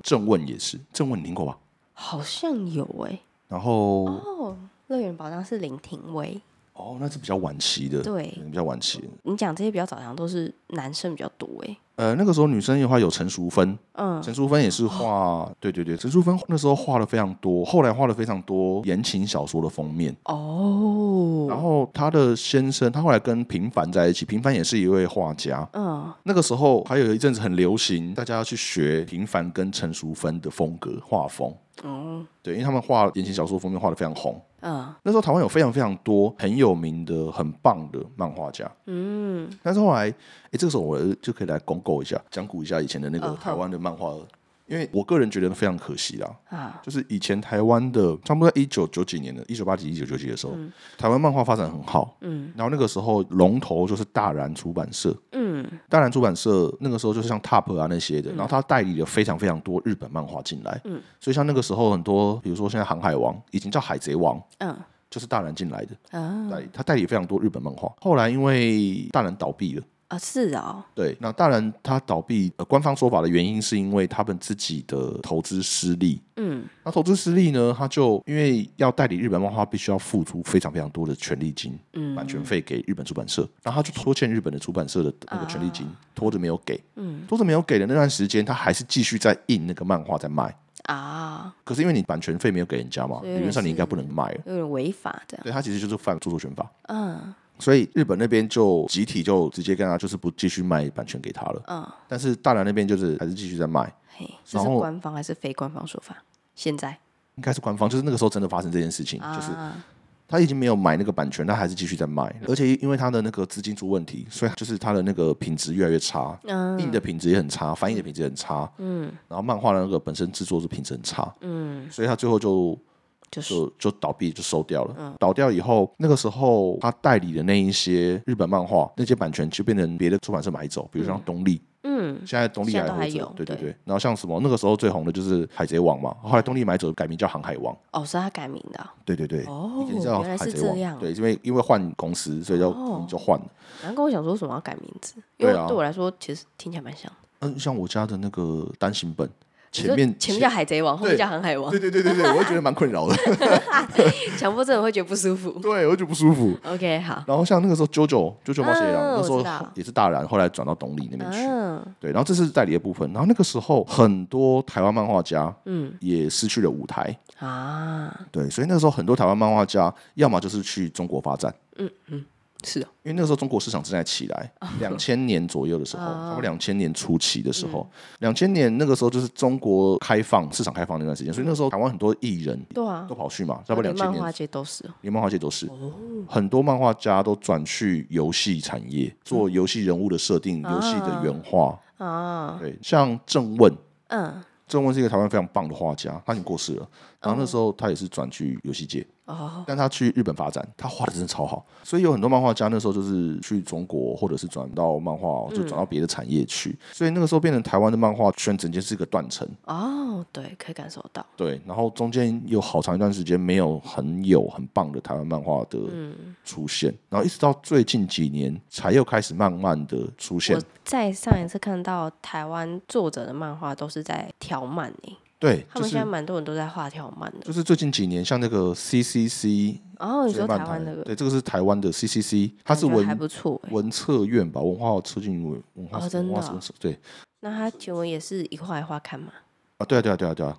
郑问也是，郑问你听过吧？好像有哎、然后哦，乐园宝藏是林廷威。哦，那是比较晚期的，对比较晚期的。你讲这些比较早，好像都是男生比较多哎、呃，那个时候女生的话有陈淑芬，嗯，陈淑芬也是画，对对对，陈淑芬那时候画了非常多，后来画了非常多言情小说的封面。然哦，后她的先生，她后来跟平凡在一起，平凡也是一位画家。嗯，那个时候还有一阵子很流行，大家要去学平凡跟陈淑芬的风格画风。哦，对，因为他们画言情小说封面画的非常红。嗯，那时候台湾有非常非常多很有名的、很棒的漫画家，嗯，但是后来，诶，这个时候我就可以来公购一下，讲古一下以前的那个嗯好台湾的漫画，因为我个人觉得非常可惜啦。啊，就是以前台湾的，差不多在一九九几年的，一九八几、一九九几的时候，台湾漫画发展很好，嗯，然后那个时候龙头就是大然出版社，嗯，大然出版社那个时候就是像 TOP 啊那些的，然后他代理了非常非常多日本漫画进来，嗯，所以像那个时候很多，比如说现在航海王已经叫海贼王，嗯，就是大然进来的，啊，代理他代理非常多日本漫画。后来因为大然倒闭了，啊，是哦，对，那大然他倒闭，呃，官方说法的原因是因为他们自己的投资失利。嗯，那投资失利呢，他就因为要代理日本漫画，必须要付出非常非常多的权利金、嗯版权费给日本出版社，然后他就拖欠日本的出版社的那个权利金，拖着没有给，啊嗯，拖着没有给的那段时间，他还是继续在印那个漫画在卖。啊，可是因为你版权费没有给人家嘛，所以有理点论上你应该是不能卖了。有点违法这样，对，他其实就是犯著作权法。嗯所以日本那边就集体就直接跟他就是不继续卖版权给他了，嗯，但是大南那边就是还是继续在卖，嘿，这是然后官方还是非官方说法？现在应该是官方，就是那个时候真的发生这件事情，就是啊，他已经没有买那个版权，他还是继续在卖，而且因为他的那个资金出问题，所以就是他的那个品质越来越差，嗯印的品质也很差，翻译的品质也很差，嗯，然后漫画的那个本身制作是品质很差，嗯，所以他最后就就是嗯就就倒闭，就收掉了。倒掉以后，那个时候他代理的那一些日本漫画，那些版权就变成别的出版社买走，比如像东立，嗯，现在东立现在还都还活着有，对对对对。然后像什么那个时候最红的就是海贼王嘛，后来东立买走改名叫航海王，哦，是他改名的哦、对对对，哦以前叫原来海是贼这样王，对，因为因为换公司，所以就哦就换了。难怪我想说为什么要改名字，因为对啊对我来说其实听起来蛮像的。嗯，像我家的那个单行本，你说前面前面叫海贼王，后面对叫航海王对，对对对 <laughs> 对，我会觉得蛮困扰的， <laughs> 强迫症会觉得不舒服。对，我会觉得不舒服。 OK，好，然后像那个时候九九九九冒险野嗯狼，那时候我知道也是大然，后来转到董里那边去。嗯对，然后这是代理的部分。然后那个时候很多台湾漫画家嗯也失去了舞台，啊，对，所以那时候很多台湾漫画家要么就是去中国发展，是哦，因为那个时候中国市场正在起来，两千年左右的时候，差不多两千年初期的时候，两千年那个时候就是中国开放市场开放那段时间，所以那时候台湾很多艺人对啊都，跑去嘛，差不多连两千漫年画界都是哦，连漫画界都是，很多漫画家都转去游戏产业，做游戏人物的设定、游戏的原画。嗯啊，对，像郑问，嗯，郑问是一个台湾非常棒的画家，他已经过世了。然后那时候他也是转去游戏界，嗯哦，但他去日本发展，他画的真的超好。所以有很多漫画家那时候就是去中国，或者是转到漫画，就转嗯到别的产业去。所以那个时候变成台湾的漫画圈整件是一个断层。哦，对，可以感受到，对，然后中间有好长一段时间没有很有很棒的台湾漫画的嗯出现，然后一直到最近几年才又开始慢慢的出现我。在上一次看到台湾作者的漫画都是在条漫诶，对，他就们现在是蛮多人都在画条漫的。就是最近几年，像那个 CCC 哦，你追说漫台台湾那个，对，这个是台湾的 CCC，它是我觉得还文不错欸诶。文策院吧，文化促进文文化哦真的文化哦文策对那他请问也是一画一 <laughs> 画看吗？啊，对啊，对啊，对啊，对啊，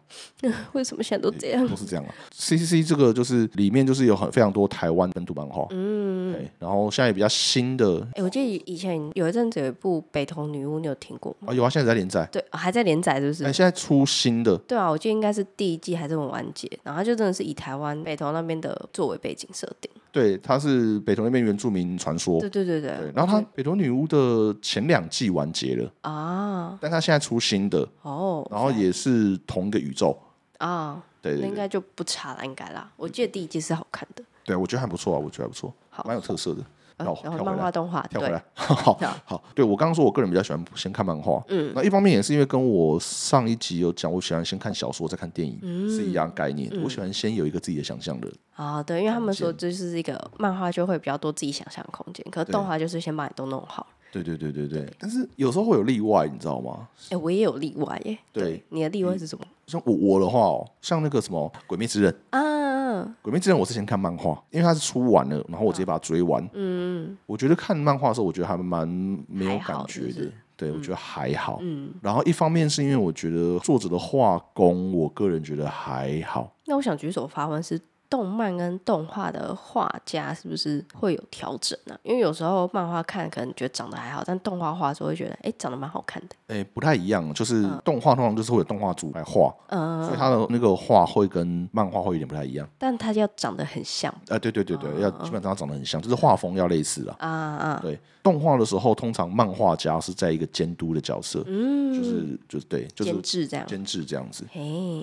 为什么现在都这样？都是这样啊。CCC 这个就是里面就是有很非常多台湾本土漫画，嗯，对，然后现在比较新的哎，我记得以前有一阵子有一部《北投女巫》，你有听过吗？啊，有啊，现在在连载，对，哦还在连载是不是哎，？现在出新的。对啊，我记得应该是第一季还是很完结，然后它就真的是以台湾北投那边的作为背景设定。对，它是北投那边原住民传说。对对对对，对，然后它北投女巫的前两季完结了，啊，但它现在出新的，哦，然后也是同一个宇宙。啊，对那对应对，该就不差了，应该啦。我记得第一季是好看的，对我觉得还不错啊，我觉得还不错，好蛮有特色的。呃哦然后跳回漫来画动画，跳回对来，好好好，对我刚刚说，我个人比较喜欢先看漫画，嗯，那一方面也是因为跟我上一集有讲，我喜欢先看小说再看电影、嗯是一样概念，嗯我喜欢先有一个自己的想象的，啊，对，因为他们说空就是一个漫画就会比较多自己想象的空间，可是对动画就是先把你都弄好。对对对对对，但是有时候会有例外，你知道吗？哎、我也有例外耶。对，你的例外是什么？像我我的话哦，像那个什么《鬼灭之刃》，《啊，鬼灭之刃》我是先看漫画，因为它是出完了，然后我直接把它追完。嗯我觉得看漫画的时候，我觉得还蛮没有还好感觉的，是不是对我觉得还好。嗯，然后一方面是因为我觉得作者的画工，我个人觉得还好。那我想举手发问是。动漫跟动画的画家是不是会有调整呢、啊？因为有时候漫画看可能觉得长得还好，但动画画的时候会觉得，哎、长得蛮好看的。诶，不太一样，就是动画通常就是会有动画组来画，嗯、所以它的那个画会跟漫画会有点不太一样。但它要长得很像啊，对对对嗯对，要基本上它长得很像，就是画风要类似啦。啊啊，对，动画的时候，通常漫画家是在一个监督的角色，嗯，就是就是对，就是监制啊这样。监制这样子。嘿，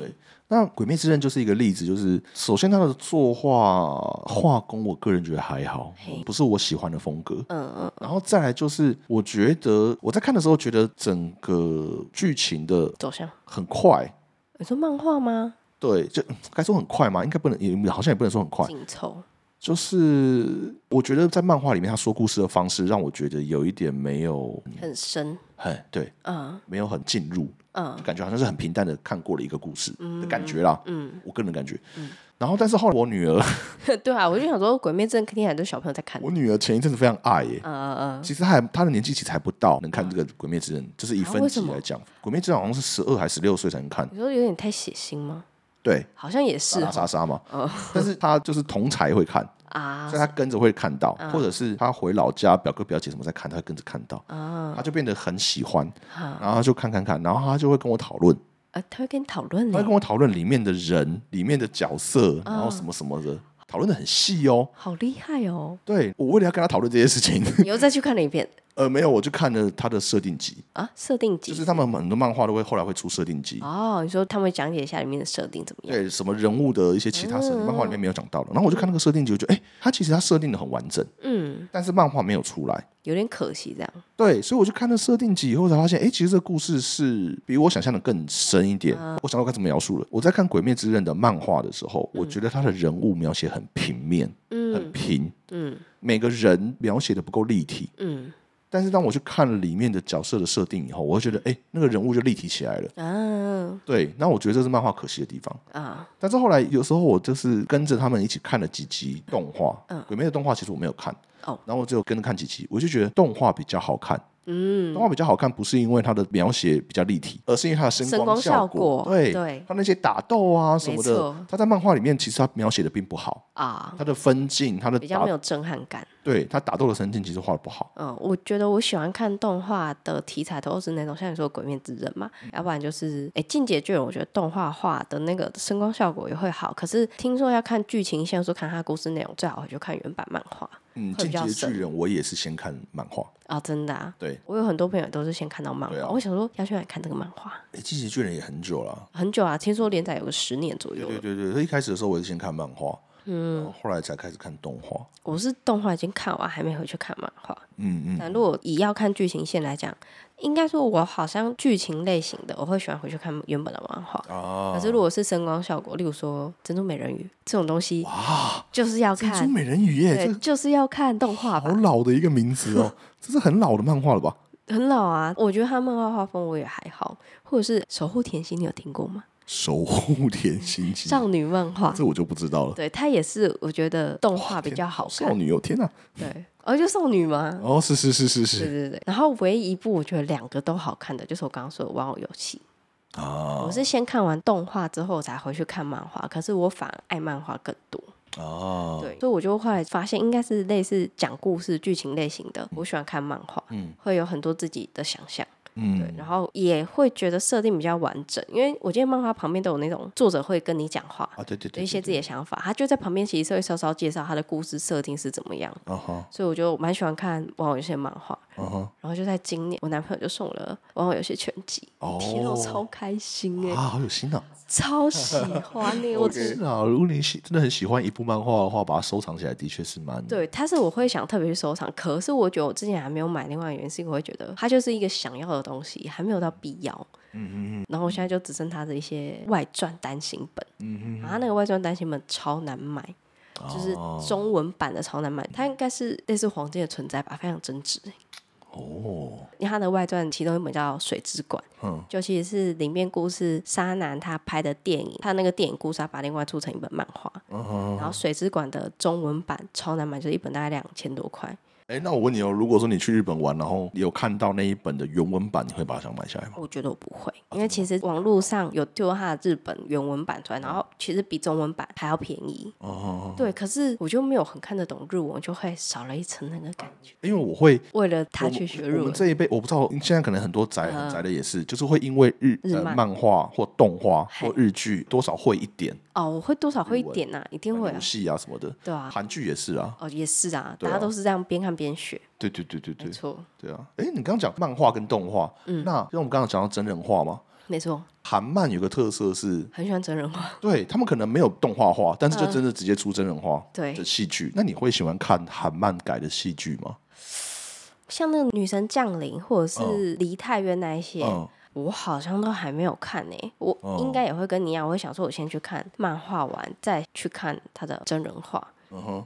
那《鬼灭之刃》就是一个例子，就是首先它的作画画工，我个人觉得还好嘿，不是我喜欢的风格。嗯嗯，然后再来就是，我觉得我在看的时候，觉得整个剧情的走向。很快，你说漫画吗？对，就嗯该说很快嘛，应该不能，也好像也不能说很快，紧凑。就是我觉得在漫画里面，他说故事的方式让我觉得有一点没有很深， <laughs> 很对，嗯没有很进入，嗯感觉好像是很平淡的看过了一个故事的感觉啦，嗯，我个人的感觉。然后，但是后来我女儿，对啊，我就想说，《鬼灭之刃》肯定很多小朋友在看，我嗯女儿前一阵子非常爱耶、嗯嗯，其实她还她的年纪其实还不到能看这个《鬼灭之刃》，就是以啊分为级什么来讲，鬼灭之刃》好像是十二还是十六岁才能看，你说有点太血腥吗？对，好像也打是哦打杀杀嘛。 <laughs> 但是她就是同才会看，啊嗯所以他跟着会看到，或者是他回老家表哥表姐什么在看，他会跟着看到，啊他就变得很喜欢，啊然后他就看看看，然后他就会跟我讨论，呃，他会跟你讨论他会呢，跟我讨论里面的人、里面的角色，嗯然后什么什么的，讨论的很细哦。好厉害哦！对我为了要跟他讨论这些事情， <laughs> 你又再去看了一遍呃，没有，我就看了他的设定集，啊？设定集就是他们很多漫画都会后来会出设定集。哦，你说他们讲解一下里面的设定怎么样？对什么人物的一些其他设定，漫嗯画里面没有讲到的。然后我就看那个设定集，我觉得哎、他其实他设定的很完整，嗯，但是漫画没有出来。有点可惜这样。对，所以我就看了设定集以后才发现，哎，其实这个故事是比我想象的更深一点。嗯我想到该怎么描述了。我在看《鬼灭之刃》的漫画的时候，我觉得他的人物描写很平面，很嗯平，嗯每个人描写的不够立体。嗯但是当我去看了里面的角色的设定以后，我会觉得，哎，那个人物就立体起来了。啊对，那我觉得这是漫画可惜的地方。啊但是后来有时候我就是跟着他们一起看了几集动画，鬼灭的动画其实我没有看，嗯哦然后我只有跟着看几集，我就觉得动画比较好看。嗯动画比较好看，不是因为它的描写比较立体，而是因为它的声声光效效果对，对它那些打斗啊什么没的错，它在漫画里面其实它描写的并不好，啊，它的分镜、它的比较没打有震撼感。对它打斗的神经其实画的不好。嗯，我觉得我喜欢看动画的题材都是那种像你说《鬼灭之刃》嘛，嗯要不然就是诶，进阶巨人》，我觉得动画画的那个声光效果也会好。可是听说要看剧情线，说看它故事内容，最好回去看原版漫画嗯，会进比较阶巨神人我也是先看漫画，啊，真的啊。对，我有很多朋友都是先看到漫画，对啊我想说要去哪里看这个漫画，诶进阶巨人也很久了。很久啊，听说连载有个十年左右对了。对对对，所以一开始的时候我是先看漫画，嗯，后来才开始看动画。我是动画已经看完，还没回去看漫画。嗯嗯，但如果以要看剧情线来讲，应该说我好像剧情类型的，我会喜欢回去看原本的漫画。啊可，是如果是声光效果，例如说《珍珠美人鱼》这种东西，就是要珍珠看，美人鱼耶，对，这就是要看动画好版，老的一个名字 <laughs> 哦，这是很老的漫画了吧？很老啊。我觉得他漫画画风我也还好，或者是《守护甜心》，你有听过吗？守护甜心机，少女漫画，这我就不嗯知道了。对，它也是我觉得动画比天较好少看，女哦，天哪！对，哦，就少女嘛。哦，是是是是对是对对，然后唯一一部我觉得两个都好看的，就是我刚刚说的《玩偶游戏》。啊我是先看完动画之后才回去看漫画，可是我反而爱漫画更多。啊，对，所以我就后来发现，应该是类似讲故事、剧情类型的，我喜欢看漫画，嗯会有很多自己的想象。对，然后也会觉得设定比较完整，因为我记得漫画旁边都有那种作者会跟你讲话，啊，对对有对，一些对自己的想法，他就在旁边其实会稍稍介绍他的故事设定是怎么样，对啊哈所以我就蛮喜欢看网友有些漫画。啊哈然后就在今年，我男朋友就送我了网友有些全集，哦天啊，我超开心哎、啊，好有心啊！超喜欢那我只是啊，如果你喜真的很喜欢一部漫画的话，把它收藏起来的确是蛮对，它是我会想特别去收藏，可是我觉得我之前还没有买，另外一个原因是因为我会觉得它就是一个想要的东西，还没有到必要。嗯嗯然后我现在就只剩它的一些外传单行本，嗯哦嗯，它那个外传单行本超难买，就是中文版的超难买，它应该是类似黄金的存在吧，非常增值。哦，因为它的外传其中一本叫《水之馆》，嗯，就其实是里面故事沙男他拍的电影，他那个电影故事他把另外出成一本漫画，嗯然后《水之馆》的中文版超难买，就是一本大概两千多块。哎，那我问你哦，如果说你去日本玩，然后有看到那一本的原文版，你会把它想买下来吗？我觉得我不会，因为其实网络上有丢它的日本原文版出来，然后其实比中文版还要便宜。哦，对，可是我就没有很看得懂日文，就会少了一层那个感觉。因为我会为了他我去们学日我们文，嗯这一辈，我不知道现在可能很多宅很宅的也是，就是会因为日日呃漫漫画或动画嘿或日剧多少会一点，哦，我会多少会一日文点呐、一定会游啊，戏啊什么的，对啊，韩剧也是啊，哦也是啊，对大啊家都是这样边看边学，对对对对对没错，嗯对啊。哎，你刚刚讲漫画跟动画，那像我们刚刚讲到真人化嘛，没错，韩漫有个特色是，很喜欢真人化。对他们可能没有动画化，但是就真的直接出真人化嗯对的戏剧。那你会喜欢看韩漫改的戏剧吗？像那个女神降临或者哦是梨泰院那一些，嗯，我好像都还没有看呢、我哦应该也会跟你一样，我会想说，我先去看漫画完，再去看他的真人画。嗯哼，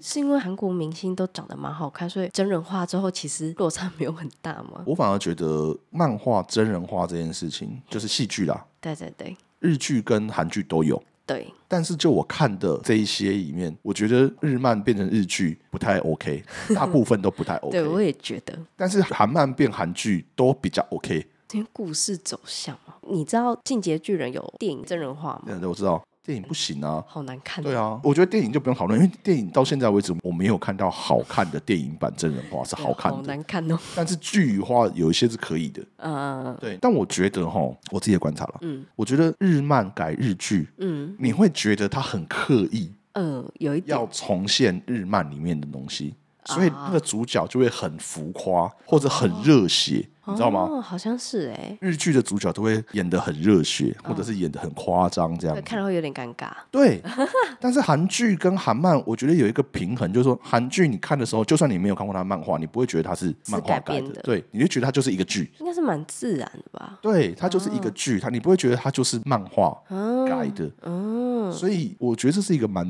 是因为韩国明星都长得蛮好看，所以真人化之后其实落差没有很大吗？ <laughs> 我反而觉得漫画真人化这件事情，就是戏剧啦，对对对日剧跟韩剧都有。对，但是就我看的这一些里面，我觉得日漫变成日剧不太 OK，大 <laughs> 部分都不太对我 OK。也觉得，但是韩漫变韩剧都比较 OK。因为故事走向嘛，你知道《进阶巨人》有电影真人化吗？嗯，我知道电影不行啊。好难看，哦对啊，我觉得电影就不用讨论，因为电影到现在为止，我没有看到好看的电影版真人化是对，好看好的，难看哦。 <laughs> 但是剧的话有一些是可以的。嗯对，但我觉得哈，我自己的观察了，嗯我觉得日漫改日剧，嗯你会觉得它很刻意，嗯，有一点要重现日漫里面的东西，啊所以那个主角就会很浮夸或者很热血，你知道吗？哦，好像是哎、日剧的主角都会演得很热血，嗯或者是演得很夸张这样对，子。看了会有点尴尬。对， <laughs> 但是韩剧跟韩漫，我觉得有一个平衡，就是说韩剧你看的时候，就算你没有看过它的漫画，你不会觉得它是漫画是改改编的，的对，你就觉得它就是一个剧，应该是蛮自然的吧？对，它就是哦一个剧，它你不会觉得它就是漫画嗯改的，嗯，所以我觉得这是一个蛮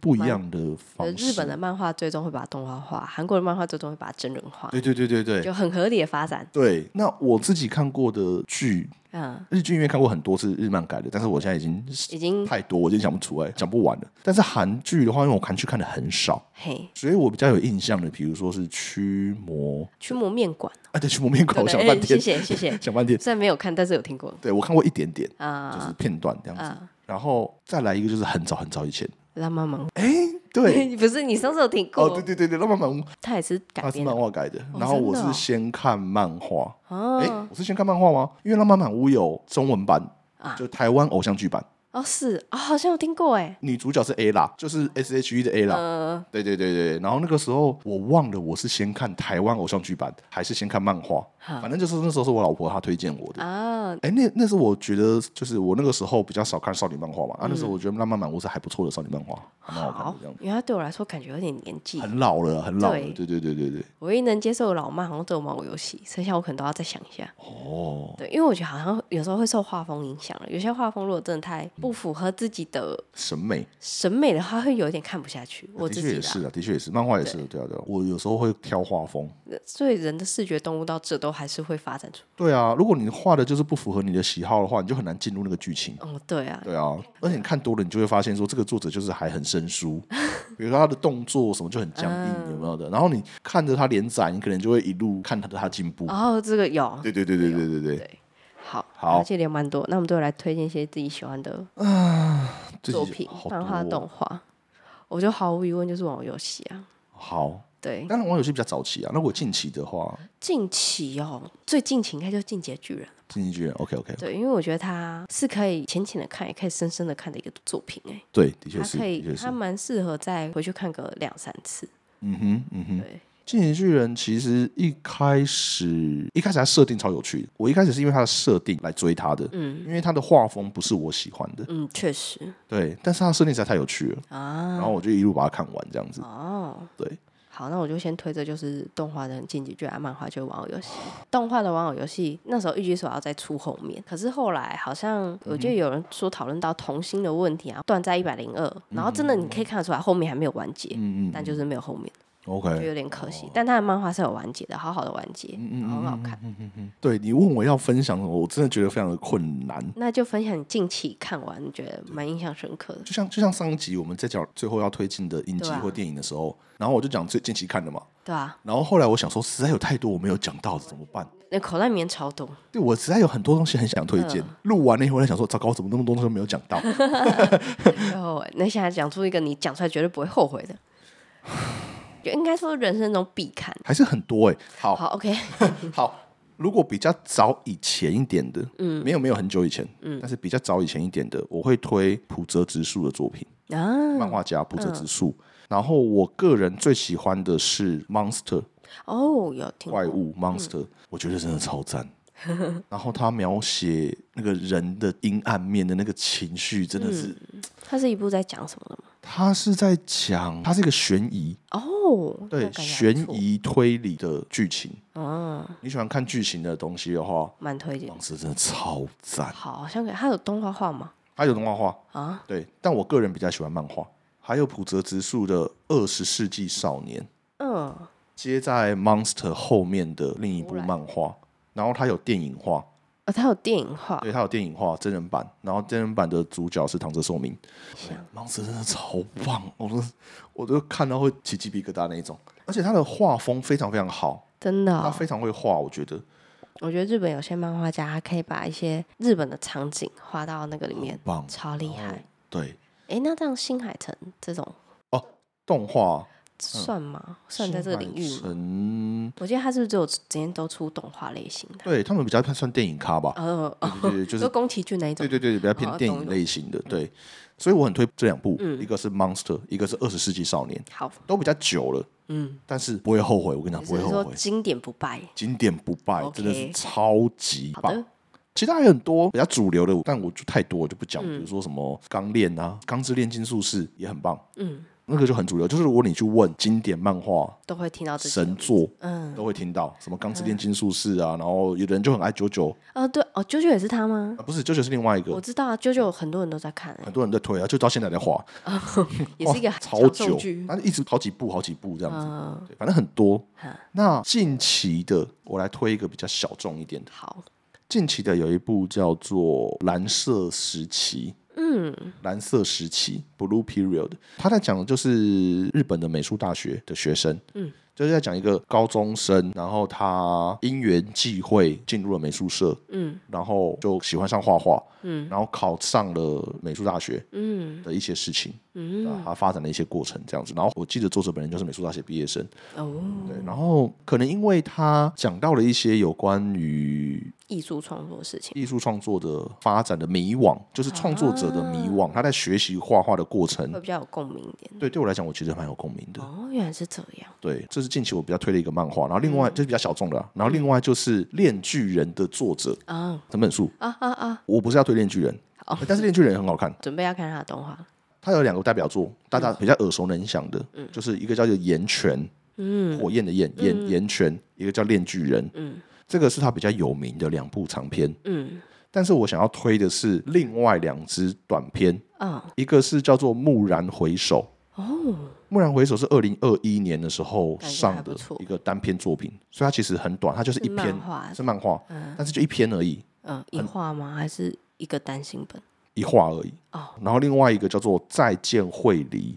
不一样的方式。呃日本的漫画最终会把它动画化，韩国的漫画最终会把它真人化，对对对对对，就很合理的发展。对，那我自己看过的剧，嗯，日剧因为看过很多是日漫改的，但是我现在已经已经太多，我已经想不出来，讲不完了。但是韩剧的话，因为我韩剧看的很少，嘿，所以我比较有印象的，比如说是《驱魔》，驱魔面馆，啊，对，《驱魔面馆》，对我不想对？半哎谢天，，谢谢谢 <laughs> 想半天，虽然没有看，但是有听过对我看过一点点，就是啊。片段这样子。啊然后再来一个就是很早很早以前，拉妈妈，哎，对， <laughs> 不是你上次有听哦，过对？对对对，浪漫满屋，它也是它改是编漫的画改的，哦然后我真的是哦先看漫画，哎、哦我是先看漫画吗？因为《浪漫满屋》有中文版，啊就台湾偶像剧版，哦是啊，好像有听过哎。女主角是 A 啦，就是 S H E 的 A 啦。呃，对对对对，然后那个时候我忘了我是先看台湾偶像剧版还是先看漫画，好反正就是那时候是我老婆她推荐我的。啊，哎，那那是我觉得就是我那个时候比较少看少女漫画嘛，啊，那时候我觉得《浪漫满屋》是还不错的少女漫画，还蛮好看嗯好的这样，子。因为它对我来说感觉有点年纪，很老了，很老了，对对对对对对，我唯一能接受的老漫好像只有毛游戏，剩下我可能都要再想一下。哦，对，因为我觉得好像有时候会受画风影响了，有些画风如果真的太不符合自己的审美，审美的话，会有一点看不下去。我的自确己也啦是啊，的确也是，漫画也是，对啊对啊，我有时候会挑画风，所以人的视觉动物到这都还是会发展出。对啊，如果你画的就是不符合你的喜好的话，你就很难进入那个剧情。哦，对啊，对啊，而且你看多了，你就会发现说这个作者就是还很生 <laughs> 疏，比如说他的动作什么就很僵硬，有没有的？然后你看着他连载，你可能就会一路看他的他进步。然后这个有对对对哦对对对对，好，好而且也蛮多。那我们都有来推荐一些自己喜欢的最作近品好，漫画、多哦动画。我就毫无疑问就是网络游戏啊，好，对，当然，网友是比较早期啊。那如果近期的话，近期哦，最近期应该就是《进阶巨人》了。进击巨人 OK OK，对，因为我觉得它是可以浅浅的看，也可以深深的看的一个作品哎、对，的确它是，可的以，确是它。蛮适合再回去看个两三次。嗯哼，嗯哼。对，进击巨人其实一开始一开始它设定超有趣的，我一开始是因为它的设定来追它的，嗯因为它的画风不是我喜欢的，嗯，确实对，但是它的设定实在太有趣了，然啊，后我就一路把它看完这样子，哦，嗯对，好，那我就先推这就是动画的《进击巨人》，啊漫画就是《玩偶游戏》。动画的《玩偶游戏》那时候预计说要再出后面，可是后来好嗯像我记得有人说讨论到童星的问题啊，断在一百零二，然后真的你可以看得出来后面还没有完结，嗯嗯嗯哦但就是没有后面，就 OK，有点可惜。但他的漫画是有完结的，好好的完结，嗯很好看。对你问我要分享什么，我真的觉得非常的困难。那就分享你近期看完你觉得蛮印象深刻的，就像就像上一集我们在讲最后要推进的影集对啊或电影的时候，然后我就讲最近期看的嘛，对啊，然后后来我想说实在有太多我没有讲到的怎么办？那口袋里面超多，对我实在有很多东西很想推荐，嗯录完了以后我在想说糟糕，怎么那么多东西都没有讲 <laughs> 到？然后那现在讲出一个你讲出来绝对不会后悔的，就应该说人生中必看。还是很多哎、好好，OK，好，如果比较早以前一点的，嗯，没有没有很久以前，嗯，但是比较早以前一点的，我会推浦泽直树的作品，啊，漫画家浦泽直树。嗯然后我个人最喜欢的是 Monster 哦，有听怪过，物 Monster，、我觉得真的超赞。 <laughs> 然后他描写那个人的阴暗面的那个情绪，真的是，它是一部在讲什么的吗？他是在讲，他是一个悬疑，哦，那对感觉还悬不错，疑推理的剧情。嗯，你喜欢看剧情的东西的话，蛮推荐。 Monster 真的超赞。好，好像可以它有动画化吗？还有动画画，啊，对，但我个人比较喜欢漫画。还有浦泽直树的《二十世纪少年》，嗯，接在 Monster 后面的另一部突然漫画，然后它有电影化，哦，它有电影化，对，它有电影化真人版，然后真人版的主角是唐泽寿明。对啊 Monster 真的超棒，我都我都看到会起鸡皮疙瘩那一种，而且他的画风非常非常好，真的他哦。非常会画，我觉得我觉得日本有些漫画家他可以把一些日本的场景画到那个里面，棒。超厉哦害。对，诶，那这样新海诚这种动画算嗯吗？算在这个领域吗？域，我记得他是不是只有之前都出动画类型的？对他们比较算电影咖吧，呃，哦对对对，就是就宫崎骏那一种对。对对，比较哦偏电懂影懂嗯类型的，对，所以我很推这两部，一个是《Monster》，一个是《二十世纪少年》，好，都比较久了，嗯，但是不会后悔，我跟你讲，只不会是后说悔，经典不败。经典不败，真的是 OK 超级好棒的。，其他还有很多比较主流的，但我就太多我就不讲，嗯比如说什么《钢炼》啊，《钢之炼金术士》也很棒，嗯，那个就很主流。就是如果你去问经典漫画都会听到这些神。作，嗯，都会听到什么《钢之炼金术士》啊，然后有的人就很爱九九哦，对，哦，啾啾也是他吗？啊，不是九九是另外一我个，知道啊，啾啾很多人都在看、欸很，多人在推啊，就到现在在画，也是一个哇长超寿久剧，。但是一直好几部好几部这样子，嗯，对，反正很多哈。那近期的我来推一个比较小众一点的，好，近期的有一部叫做《蓝色时期》。嗯，蓝色时期 （Blue Period），他在讲的就是日本的美术大学的学生，嗯，就是在讲一个高中生，然后他因缘际会进入了美术社，嗯，然后就喜欢上画画，嗯，然后考上了美术大学嗯的一些事情，嗯，啊，他发展的一些过程这样子。然后我记得作者本人就是美术大学毕业生，哦，对，然后可能因为他讲到了一些有关于艺术创作的事情，艺术创作的发展的迷惘，就是创作者的啊迷惘，他在学习画画的过程会。比较有共鸣一点。对，对我来讲，我其实蛮有共鸣的。嗯哦，原来是这样。对，这是近期我比较推的一个漫画，然后另外、嗯这是比较小众的啊、然后另外就是《炼巨人》的作者啊藤本树。啊啊啊！我不是要推《炼巨人》好但是《炼巨人》也很好看，准备要看他的动画了。它有两个代表嗯作，大家比较耳熟能详的，就是一个叫做《岩泉》，嗯，火焰的焰，岩岩泉，一个叫《炼巨人》，嗯这个是他比较有名的两部长篇。嗯但是我想要推的是另外两支短片，啊一个是叫做《蓦然回首》，哦， 《蓦然回首》是二零二一年的时候感觉上还不的错一个单篇作品，所以它其实很短，它就是一是篇漫画，是漫画，但是就一篇而已，嗯，一画吗？还是一个单行本？一画而已。哦然后另外一个叫做《再见惠梨》，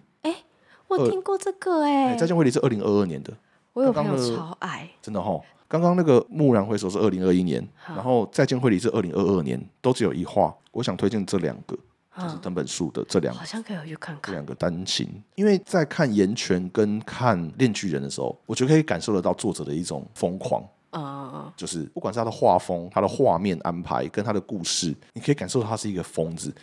我听过这个哎，哎《再，见惠梨》是二零二二年的，我有刚朋刚友的超爱，真的哈、刚刚那个《蓦然回首》是二零二一年，然后《再见惠理》是二零二二年，都只有一画。我想推荐这两个，就是藤本树的这两嗯好像可以回去看这看。两个单行，因为在看《岩泉》跟看《炼巨人》的时候，我觉得可以感受得到作者的一种疯狂，嗯嗯嗯，就是不管是他的画风、他的画面安排跟他的故事，你可以感受到他是一个疯 <laughs> 子，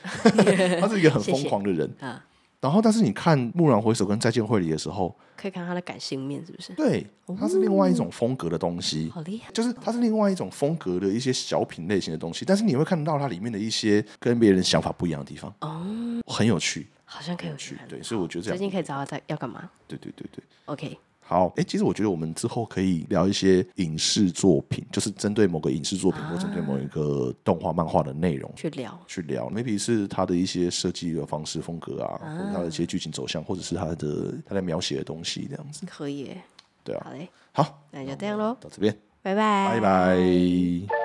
他是一个很疯狂的人。啊然后，但是你看《蓦然回首》跟《再见会理》的时候，可以看他的感性面是不是？对，它是另外一种风格的东西。好厉害，就是它是另外一种风格的一些小品类型的东西，但是你会看到它里面的一些跟别人想法不一样的地方，哦，很有趣，好像可以回去去看。对，所以我觉得这最样，近可以找他在要干嘛对对对对， ？OK，好，哎、其实我觉得我们之后可以聊一些影视作品，就是针对某个影视作啊品、或针对某一个动画、漫画的内容。去聊。去聊，maybe 是它的一些设计的方式、风格啊，或者它的一些剧情走向，或者是它的它在描写的东西这样子。可以耶，对啊好嘞，好，那就这样喽，到这边，拜拜，拜拜